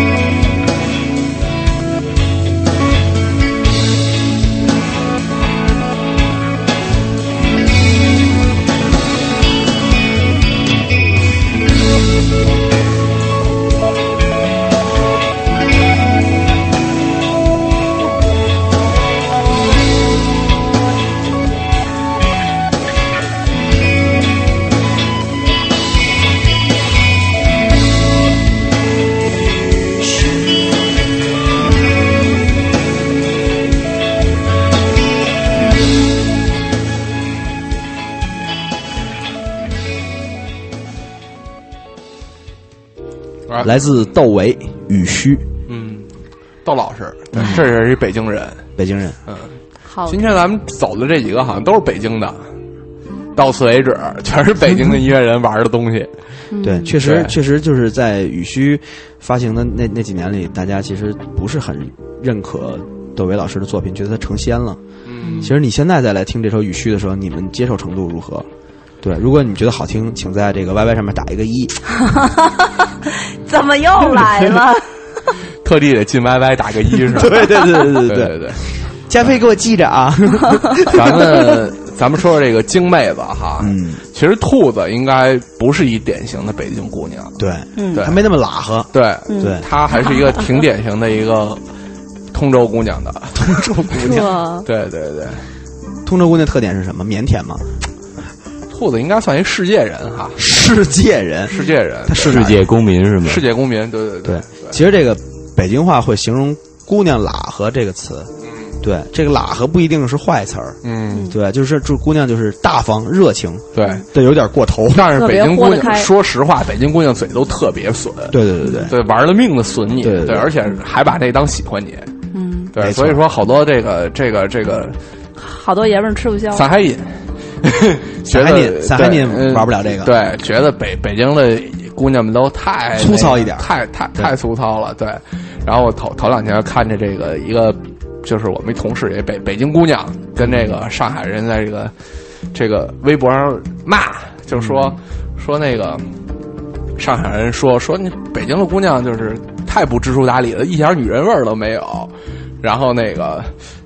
来自窦唯、雨虚，啊嗯，窦老师，对，这是一北京人。嗯嗯北京人。好今，天咱们走的这几个好像都是北京的，到此为止，全是北京的音乐人玩的东西。对，确实对确实就是在雨虚发行的那那几年里，大家其实不是很认可窦唯老师的作品，觉得他成仙了。嗯，其实你现在再来听这首《雨虚》的时候，你们接受程度如何？对，如果你觉得好听，请在这个 YY 上面打一个一。怎么又来了？特地得进 YY 打个一是吧？ 对对对对对对对，加菲给我记着啊。 咱们咱们说说这个京妹子哈，嗯，其实兔子应该不是一典型的北京姑娘，对，对他没那么喇嗯呵。对，对，她还是一个挺 典型的一个通州姑娘的，通州姑是，吧？对对对，通州姑娘特点是什么？腼腆吗？兔子应该算一世界人哈，世界人，世界人，她是世界公民是吗？世界公民，对对对对，其实这个北京话会形容姑娘“喇和”这个词，对，这个“喇和”不一定是坏词儿，嗯，对，就是就姑娘就是大方、热情，对。对，有点过头。但是特北别京姑豁得娘，开说实话，北京姑娘嘴都特别损，对对对对，对，玩了命的损你，对对对而且还把这当喜欢你，嗯，对，没错所以说好多这个这个这个好多爷们儿吃不消。撒海饮， 觉海得饮撒海对饮嗯玩不了这个对，觉得北北京的姑娘们都太粗糙一点太太太粗糙了，对。然后我头头两天看着这个一个，就是我们一同事也北北京姑娘跟这个上海人在这个这个微博上骂，就说嗯说那个上海人说说你北京的姑娘就是太不知书达理了，一点女人味儿都没有。然后那个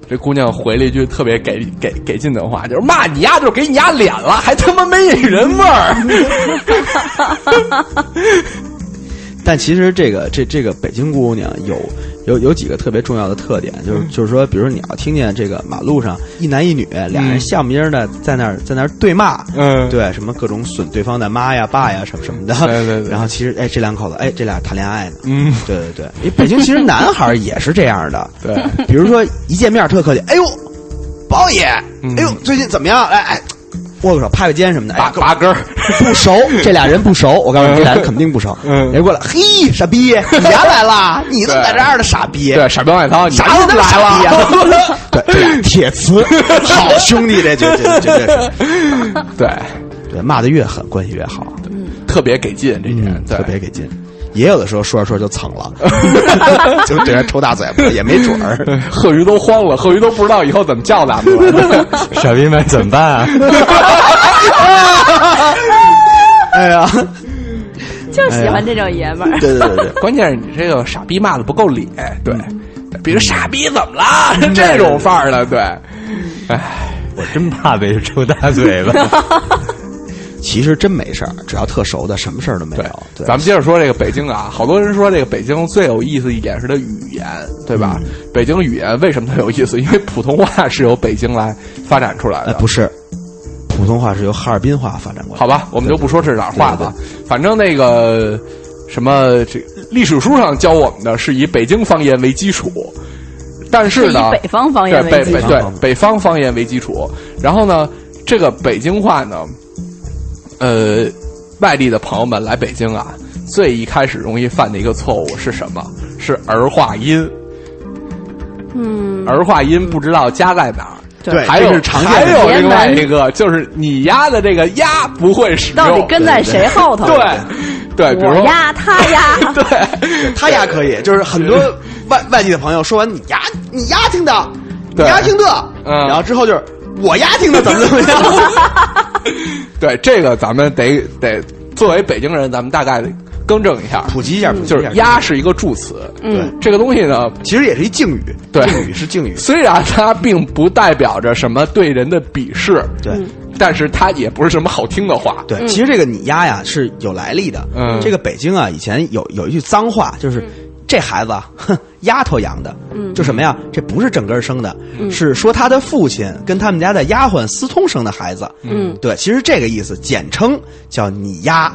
这姑娘回了一句特别给给给劲的话，就是骂你丫就给你丫脸了，还他妈没女人味儿。但其实这个这这个北京姑娘有有有几个特别重要的特点，就是嗯就是说，比如你要听见这个马路上一男一女俩人笑眯儿的在那儿在那儿对骂，嗯对，什么各种损对方的妈呀、爸呀什么什么的，对对对然后其实哎，这两口子哎，这俩谈恋爱呢，嗯，对对对，因为北京其实男孩儿也是这样的，对，比如说一见面特客气，哎呦，包爷，哎呦，最近怎么样？哎哎，握个手，拍拍肩什么的，哎嗯拔，拔根儿，不 熟，这俩人不熟，我告诉你，这俩人肯定不熟。嗯人过来，嘿，傻逼，你家来 啦？你怎么在这儿呢？傻逼，对，傻彪外套，你啥丫时候怎么来来了？ 了？对，这俩铁磁，好兄弟，这这这这这是，对，对，骂的越狠，关系越好，嗯特别给劲，这点、对特别给劲。也有的时候说着说着就蹭了，就对人抽大嘴 巴，也没准儿。贺鱼都慌了，贺鱼都不知道以后怎么叫咱们了。 傻逼们怎么办啊？哎呀， 就喜欢这种爷们儿。对对对对， 关键是你这个傻逼骂的不够脸，对，比如傻逼怎么啦这种范儿的，对，哎我真怕被抽大嘴巴。 其实真没事儿，只要特熟的，什么事儿都没有。对，咱们接着说这个北京啊，好多人说这个北京最有意思一点是它语言，对吧？北京语言为什么它有意思？因为普通话是由北京来发展出来哎的，不是，普通话是由哈尔滨话发展过来的。好吧，我们就不说这是哪儿话了，反正那个什么这历史书上教我们的是以北京方言为基础，但是以呢，北方方对言为北基北础，对北方方言为基础，然后呢，这个北京话呢，呃，外地的朋友们来北京啊，最一开始容易犯的一个错误是什么？是儿化音，嗯，儿化音不知道加在哪儿。对还有这是常见的还有别另难外一个就是你丫的这个丫不会使用，到底跟在谁后头？对对，比如我说呀，他呀，对 他丫可以，就是很多外外地的朋友说完你丫你丫听的，你对丫听这，嗯然后之后就是我丫听 的怎么怎么样，对，这个咱们得得作为北京人，咱们大概更正一下，普及一下，普及就一是下“鸭”是一个助词，嗯，这个东西呢，其实也是一敬语，对敬语是敬语，虽然它并不代表着什么对人的鄙视，对。嗯但是它也不是什么好听的话。对，其实这个你丫呀是有来历的。嗯这个北京啊，以前有有一句脏话，就是、这孩子啊，哼，丫头养的，嗯就什么呀？这不是正根儿生的，是说他的父亲跟他们家的丫鬟私通生的孩子。嗯，对，其实这个意思，简称叫你丫。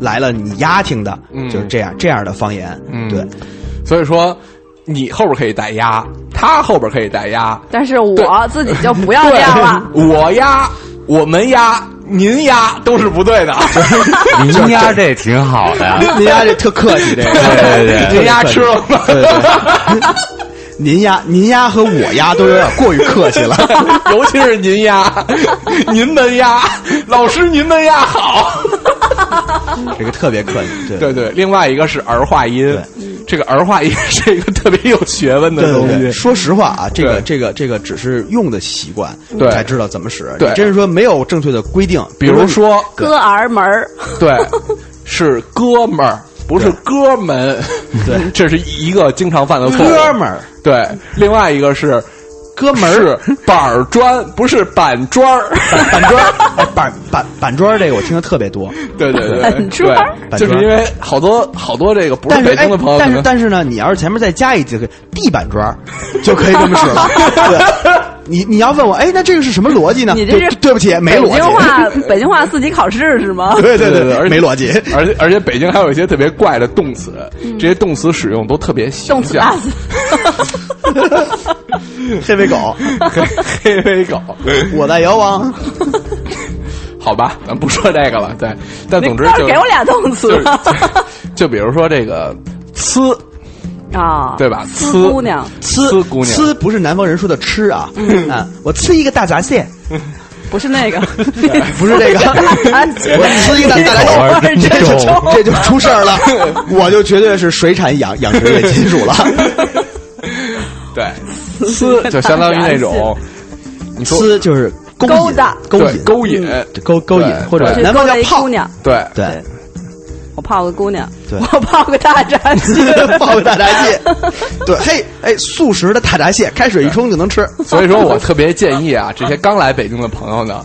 来了，你丫听的，嗯就是这样这样的 方言。嗯对，所以说，你后边可以带“鸭”，他后边可以带“鸭 但是我自己就不要这样了。”，我鸭，我们鸭，您呀都是不对的， 您 家这挺好的呀，您家这特客气，这个 对对 对您呀吃了吗？对对对您家您家和我家都有点过于客气了。 尤其是您呀， 您的呀，老师您的呀好。 这个特别客气，对对对，另外一个是儿化音，这个儿化音是一个特别有学问的对东对对，西。说实话啊，这个对这个这个只是用的习惯，对才知道怎么使。对你真是说没有正确的规定，比如说，哥儿门儿， 对，是哥们儿，不是 哥们，对，这是一个经常犯的错误。哥们儿，对，另外一个是哥们儿是板儿砖， 不是板砖儿。板砖儿，哎板板板砖儿这个我听的特别多， 对对对，板砖儿对就是因为好多好多这个不但是是北哎京的朋友，可但能是但是呢，你要是前面再加一几个地板砖儿，就可以这么使 了。对，你你要问我，哎，那这个是什么逻辑呢？你这对是对不起，没北逻京辑。话，北京话四级考试是吗？ 对对对对对，而且没逻辑。嗯而且而且北京还有一些特别怪的动词，这些动词使用都特别形动词大象 词，啊黑尾狗，黑黑狗， 我在遥望。 好吧，咱不说这个了。对，但你总之倒是就给我俩动词就是 就就比如说这个“呲啊， 对吧呲呲姑娘，嗯呲姑娘呲不是南方人说的吃啊，啊，我呲一个大闸蟹，不是那个， 不是 这个， 我呲一个大大闸口味儿。蟹真这就重，这就出事儿 了，我就绝对是水产养养殖业金属了。”，对，呲 就相当于那种你说呲就是勾勾引搭，勾对引，嗯勾引，勾勾引对，或者我去南方勾叫搭一泡姑，娘，对对，我泡个姑娘，对我泡个大闸蟹， 泡个大闸蟹，对，嘿，哎，速食的大闸蟹，开水一冲就能吃。所以说我特别建议啊，这些刚来北京的朋友呢，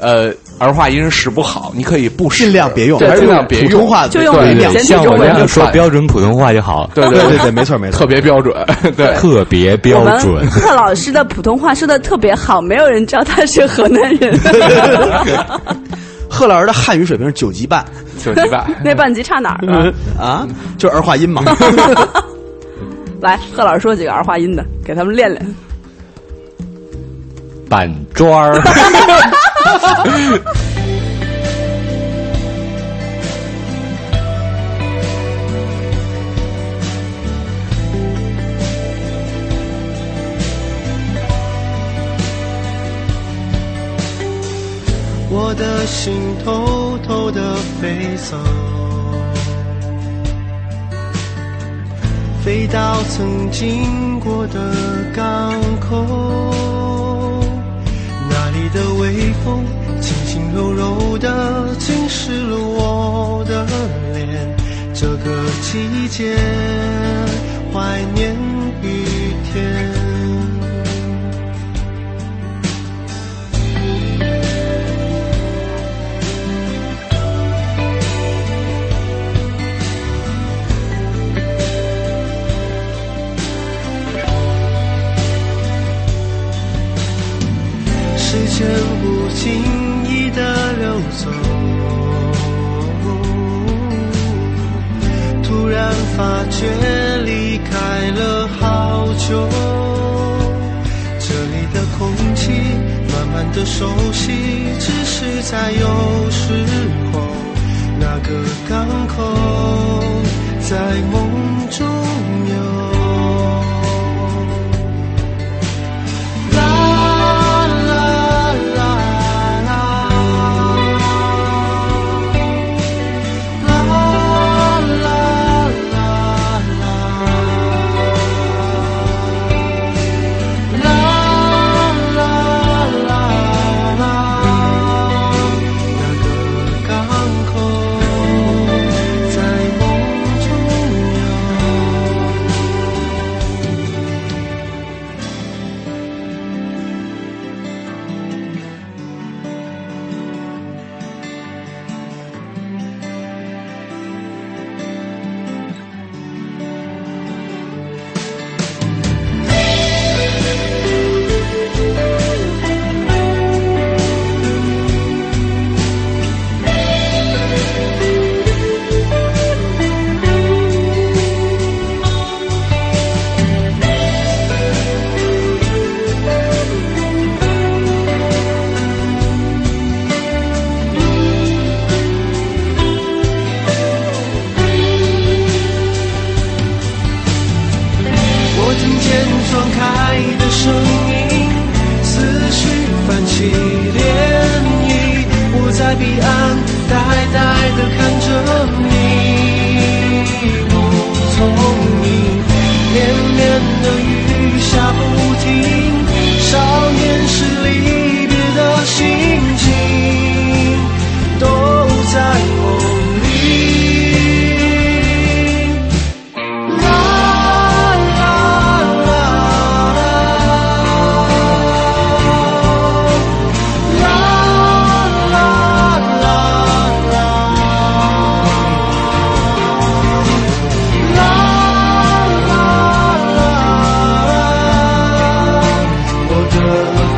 呃，儿化音使不好，你可以不使，尽量别用，对还是尽量别普通话就用对对简体像中我这样文。说标准普通话就好，对对对对，没错没错特。别标准，对。特 别我标们准。贺老师的普通话说的特别好，没有人知道他是河南人， 贺老师的汉语水平是九级半 九级半， 那半级差哪儿了？ 啊，就是儿化音 嘛。嗯来，贺老师说几个儿化音的，给他们练练。 板砖 儿，我的心偷偷的飞走，飞到曾经过的港口，那里的微风轻轻柔柔的浸湿了我的脸，这个季节怀念雨天。时间不经意的流走，突然发觉离开了好久，这里的空气慢慢的熟悉，只是在有时候，那个港口在梦中游。啦啦啦啦，啦啦啦啦，啦啦啦啦，那个港口在梦。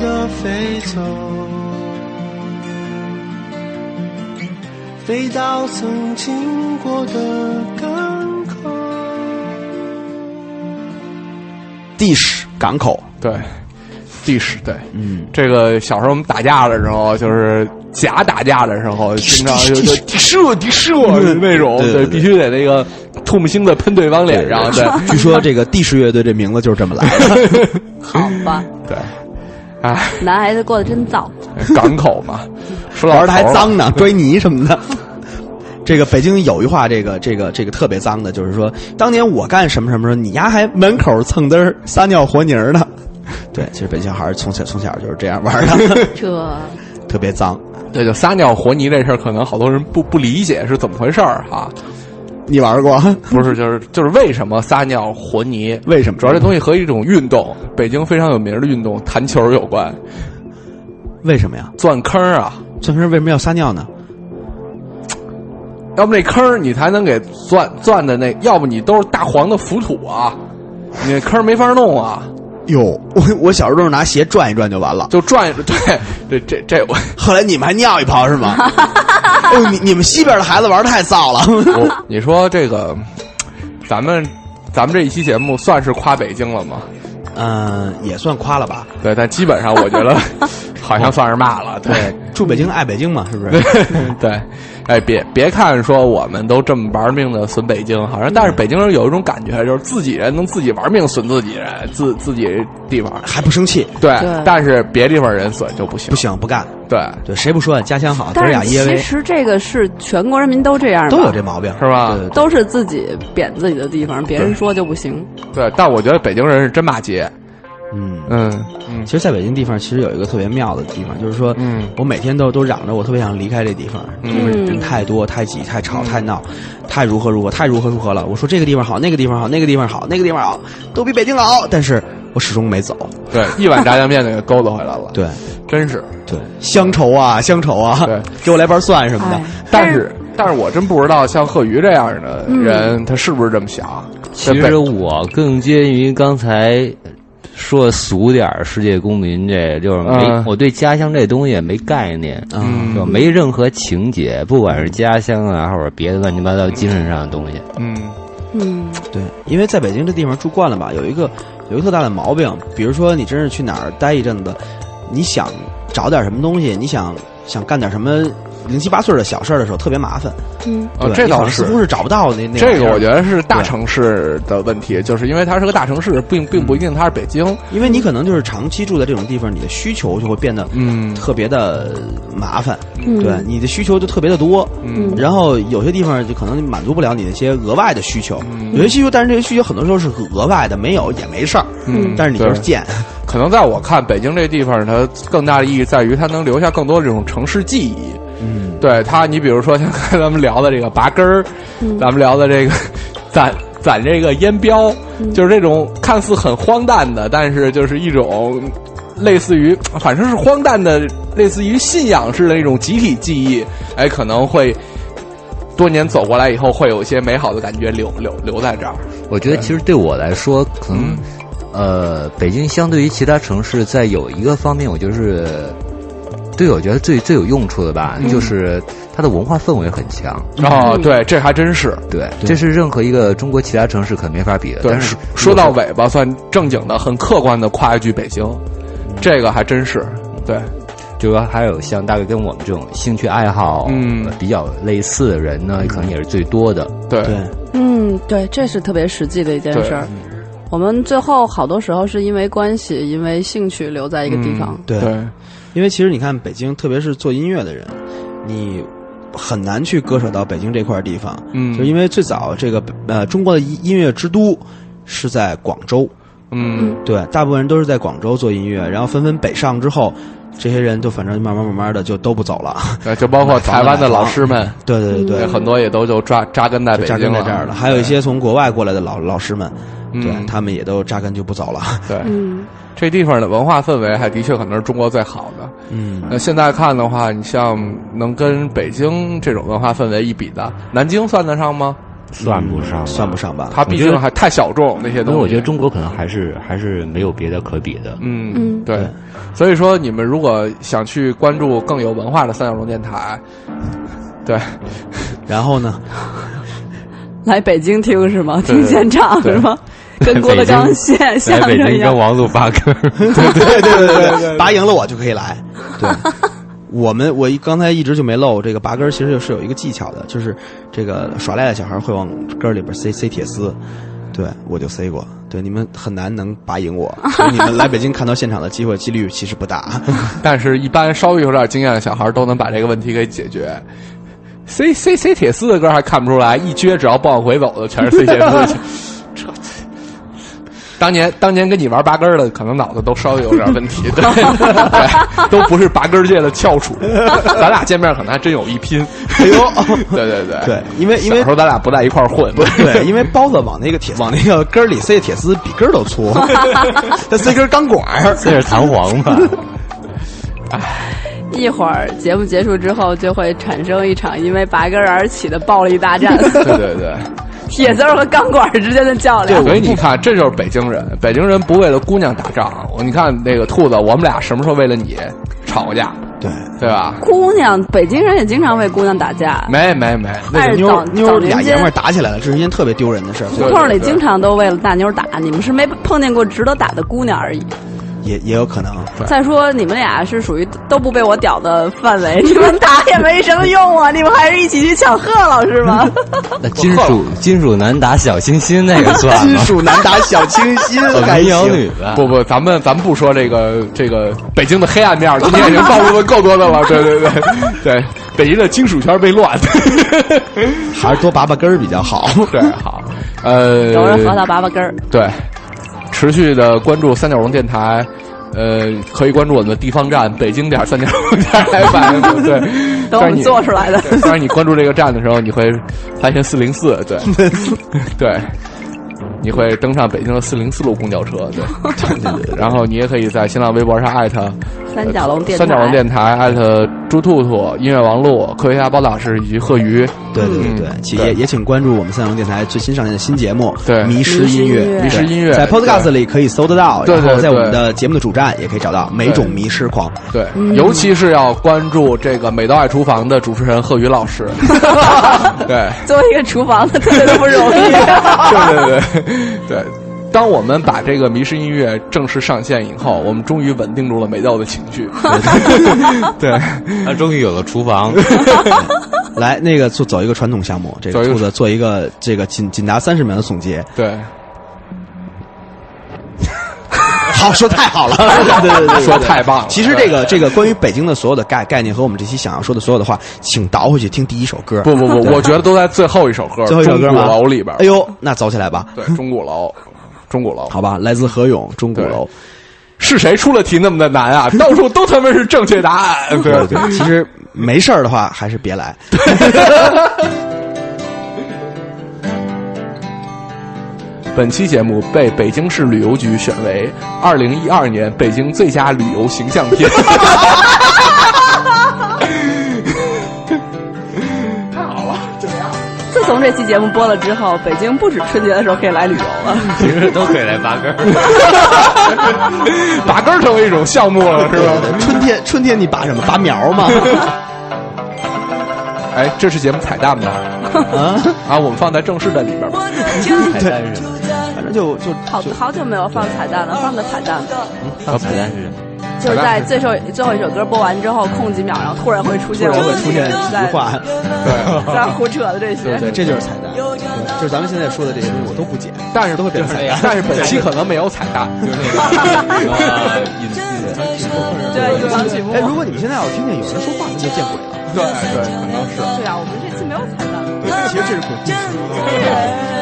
的飞走，飞到曾经过的港口。地市港口，对，地市对，嗯，这个小时候我们打架的时候，就是假打架的时候，经常就 就敌射敌射那种，对对对必须得那个唾沫星子喷对方脸上，啊 对，据说这个地市乐队这名字就是这么来的。好吧，对，哎， 男孩子过得真燥。港口嘛，说玩到的还脏呢，拽泥什么的。这个北京有一话，这个这个这个特别脏的，就是说，当年我干什么什么时候，你丫还门口蹭嘚儿撒尿和泥儿呢。对，其实北京小孩儿从小从小就是这样玩的， 这特别脏。对，就撒尿和泥这事儿，可能好多人不不理解是怎么回事儿哈。你玩过？不是，就是就是为什么撒尿和泥？为什么主要这东西和一种运动，北京非常有名的运动弹球有关，为什么呀？钻坑儿啊。这平时为什么要撒尿呢？要不那坑儿你才能给钻钻的那，要不你都是大黄的浮土啊，你那坑儿没法弄啊，哟，我我小时候都是拿鞋转一转就完了。就转对对这这我后来你们还尿一泡是吗？哦，你你们西边的孩子玩儿太燥了。 我你说这个，咱们咱们这一期节目算是夸北京了吗？嗯、也算夸了吧。对，但基本上 我觉得好像算是骂了，对。对，住北京爱北京嘛，是不是？对， 哎，别别看说我们都这么玩命的损北京，好像但是北京人有一种感觉，就是自己人能自己玩命损自己人，自自己地方。还不生气，对，对但是别地方人损就不行。不行不干。对，对，谁不说家乡好，哥但俩是耶其威实这个是全国人民都这样吧，都有这毛病，是吧对对对都是自己贬自己的地方，别人说就不行。对，但我觉得北京人是真骂街。嗯，嗯嗯其实在北京地方，其实有一个特别妙的地方，就是说，嗯我每天都都嚷着我特别想离开这地方，就是人太多、太挤、太嗯吵、太闹，太如何如何、太如何如何了。我说这个地方好，那个地方好，那个地方好，那个地方好，都比北京好，但是我始终没走。对，一碗炸酱面就给勾搭回来了。，对真是。对，乡愁啊，乡愁啊对，给我来盘蒜什么的哎。，但是嗯但是我真不知道像贺宇这样的人，他是不是这么想？其在北实我更接近于刚才说俗点儿，世界公民这就是没、嗯我对家乡这东西也没概念，嗯就没任何情节，不管是家乡啊，或者别的乱七八糟精神上的东西，嗯嗯，对，因为在北京这地方住惯了吧，有一个有一个特大的毛病，比如说你真是去哪儿待一阵子，你想找点什么东西，你想想干点什么零七八碎的小事儿的时候，特别麻烦。啊，对这你好倒像似。是乎是找不到那那这个我觉得，得是大城市的问题，就是因为它是个大城市，并并不一定它是北京。嗯因为你可能就是长期住在这种地方，你的需求就会变得嗯特别的麻烦，嗯对，你的需求就特别的多，嗯然后有些地方就可能满足不了你的一些额外的需求，有些需求，但是这些需求很多时候是额外的，没有也没事儿，嗯但是你就是对贱，可能在我看，北京这地方它更大的意义在于它能留下更多这种城市记忆。嗯，对它，你比如说像刚才咱们聊的这个拔根儿，咱们聊的这个 攒攒这个烟标，就是这种看似很荒诞的，但是就是一种类似于反正是荒诞的，类似于信仰式的那种集体记忆，哎，可能会多年走过来以后，会有一些美好的感觉留留留在这儿。我觉得其实对我来说，可能、嗯呃，北京相对于其他城市，在有一个方面，我就是对我觉得最最有用处的吧，就是它的文化氛围很强。嗯哦，对，这还真是。对，这是任何一个中国其他城市可能没法比的。对，但是说说到尾巴，算正经的、很客观的夸一句北京，这个还真是。对，就是说还有像大概跟我们这种兴趣爱好、嗯呃比较类似的人呢，可能也是最多的。对，嗯对。嗯，对，这是特别实际的一件事儿。我们最后好多时候是因为关系、因为兴趣留在一个地方。嗯对对，因为其实你看北京，特别是做音乐的人，你很难去割舍到北京这块地方，嗯就因为最早这个呃中国的音音乐之都是在广州，嗯，对，大部分人都是在广州做音乐，然后纷纷北上之后，这些人就反正慢慢慢慢的就都不走了，对，就包括台湾的老师们，对对对对，很多也都就扎扎根在对，北扎京根在了。这儿了，还有一些从国外过来的老老师们，嗯对他们也都扎根就不走了，对，嗯，这地方的文化氛围还的确可能是中国最好的。嗯，那呃现在看的话，你像能跟北京这种文化氛围一比的，南京算得上吗？算不上，算不上吧它毕竟还太小众那些东西。我觉得中国可能还是还是没有别的可比的。嗯嗯对。所以说，你们如果想去关注更有文化的三角龙电台，对，然后呢，来北京听是吗？对对听现场对是吗？ 跟郭德纲现相来北声一京样跟。王祖八 哥，对对对对对，拔赢了我就可以来。对，我们我一刚才一直就没漏这个拔根，其实是有一个技巧的，就是这个耍赖的小孩会往根儿里边塞塞铁丝。对，我就塞过。对，你们很难能拔赢我，所以你们来北京看到现场的机会几率其实 不大。但是一般稍微有点经验的小孩都能把这个问题给解决。C C C 铁丝的歌还看不出来，一撅只要不往回走的全是 C 铁丝。这当年当年跟你玩拔根儿的，可能脑子都稍微有点问题，对， 对都 不是拔根儿界的翘 楚。咱俩见面可能还真有一拼。哎呦， 对对对对，因为因为小时候咱俩不在一块儿混，对，因为包子往那个铁往那个根儿里塞的铁丝比根儿都粗，他塞根钢管儿。这是弹簧吧？一会儿节目结束之后，就会产生一场因为拔根儿而起的暴力大战，对对对。 铁丝儿和钢管儿之间的较量。所以你看， 这就是北京人。北京人不为了姑娘打仗。我你看那个兔子，我们俩什么时候为了你吵过架？对，对吧？姑娘，北京人也经常为姑娘打架，没没没，但那是个妞早儿妞儿早俩年爷们儿间。打起来了，这是一件特别丢人的事儿。对胡同里经常都为了大妞儿打，你们是没碰见过值得打的姑娘而已。也也有可能。再说你们俩是属于都不被我屌的范 围，你们打也没什么用啊！你们还是一起去抢贺老师吧。那呃金 属金属男打小清新那个算金吗？属男打小清 新还民谣女行，吧？不不，咱们咱们不说这个这个北京的黑暗面儿，今天已经暴露的够多的了。对对对对，北京的金属圈被乱。 还是多拔拔根儿比较好。对，好，呃，揉揉核桃拔拔根儿，对，持续的关注三角龙电台，呃，可以关注我们的地方站北京点儿三角龙点儿 FM。对， 等我但是们你做出来的。对当然，你关注这个站的时候，你会发现四零四， 对，对，你会登上北京的四零四路公交车，对， 然后你也可以在新浪微博上艾特呃三角龙电台，三角龙电台，艾特猪兔兔、音乐王璐、科学家包老师以及贺鱼。对对对嗯对，请也也请关注我们三龙电台最新上线的新节目《对迷失音乐》迷对，迷失音乐在 Podcast 里可以搜得到，对对然后在对我们的节目的主站也可以找到每种迷失狂。对，尤其是要关注这个《美到爱厨房》的主持人贺宇老 师。对，作为一个厨房的，特别的不容 易。对对对对。当我们把这个迷失音乐正式上线以后，我们终于稳定住了美豆的情绪。 对，啊他终于有了厨房，来，那个做走一个传统项目，这走个一个兔子做一个这个仅仅达三十秒的总结。对，好，说太 好了， 对对对对，说太棒了其实这个这个关于北京的所有的概概念和我们这期想要说的所有的话，请倒回去听第一首歌。不不不，我觉得都在最后一首歌《最后一首歌钟鼓吗？楼》里边。哎，呦，那走起来吧，对，钟鼓楼，钟鼓楼。 好吧，来自何勇《钟鼓楼》。是谁出了题那么的难 啊？到处都他妈是正确答案。对对对，其实没事儿的话，还是别 来。本期节目被北京市旅游局选为二零一二年北京最佳旅游形象片。自从这期节目播了之后，北京不止春节的时候可以来旅游了。 其实都可以来拔根儿。拔根 儿成为一种项目了，是吧？春天，春天你拔什么？拔苗吗？ 哎，这是节目彩蛋吧？啊，我们放在正式的里 边吧。 反正就就好好久没有放彩蛋了，放个彩蛋吧。放彩蛋是什么？就是在最后最后一首歌播完之后，空几秒，然后突然会出现我就们会出现几句话。 在在胡扯的这些。对，这就是彩蛋。对就是咱们现在说的这些东西，我都不解。 但是都会变成彩蛋但是本期可能没有彩 蛋。对，一场曲目。哎，如果你们现在要听见有人说话，那就见鬼了。对对，可能对是。啊，我们这期没有彩蛋。其实这是鬼故事。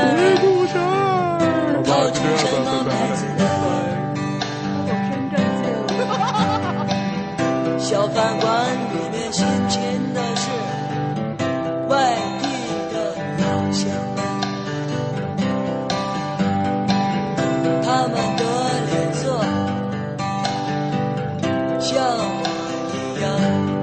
小饭馆里面辛勤的是外地的老乡们，他们的脸色像我一样，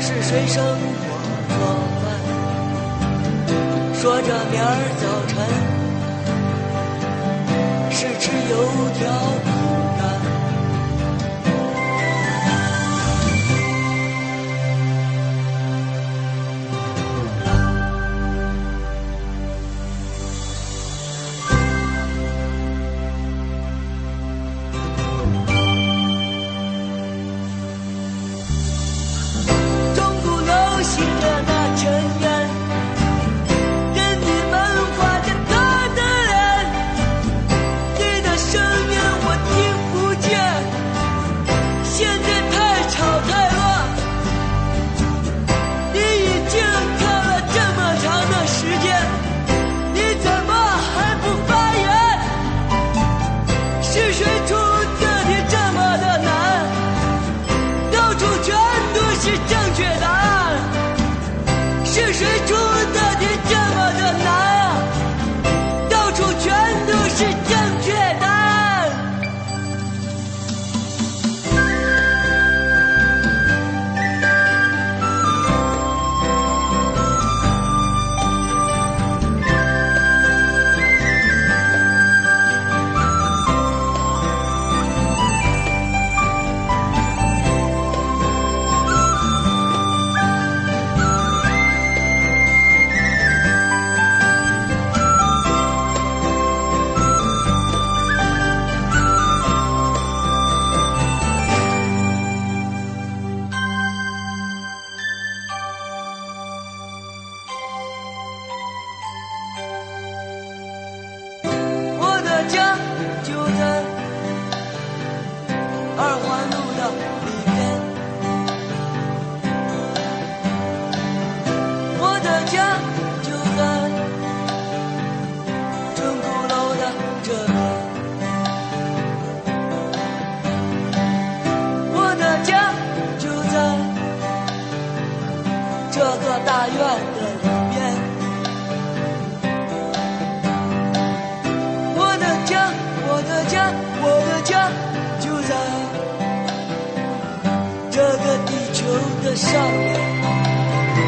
水生活做饭，说着明儿早晨是吃油条饼干。中古流行的那成员，人民文化的他的脸，你的声音我听不见，现在太吵太乱，你已经跳了这么长的时间，你怎么还不发言？是谁出的题这么的难？到处全都是正确答案，是谁出的题这么的难？啊到处全都是正确答案。我的家就在二环路的里边，我的家就在钟鼓楼的这边，我的家就在这个大院的里边。我的家，我的家，我的家就在这个地球的上面。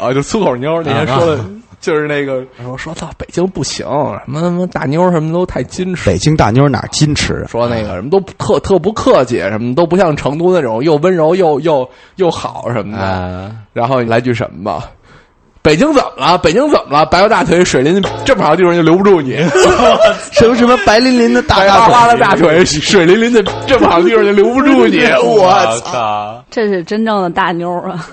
啊，就粗口妞那天啊说的，就是那个说说到北京不行，什么什么大妞什么都太矜持，北京大妞哪儿矜持？啊说那个什么都特特不客气，什么都不像成都那种又温柔又又又好什么的。啊然后你来句什么吧？北京怎么了？北京怎么了？白油大腿、水淋这么好的地方就留不住你， 什么什么白淋淋的大白大花花的腿大腿、水淋淋的这么好的地方就留不住你，我操！这是真正的大妞啊！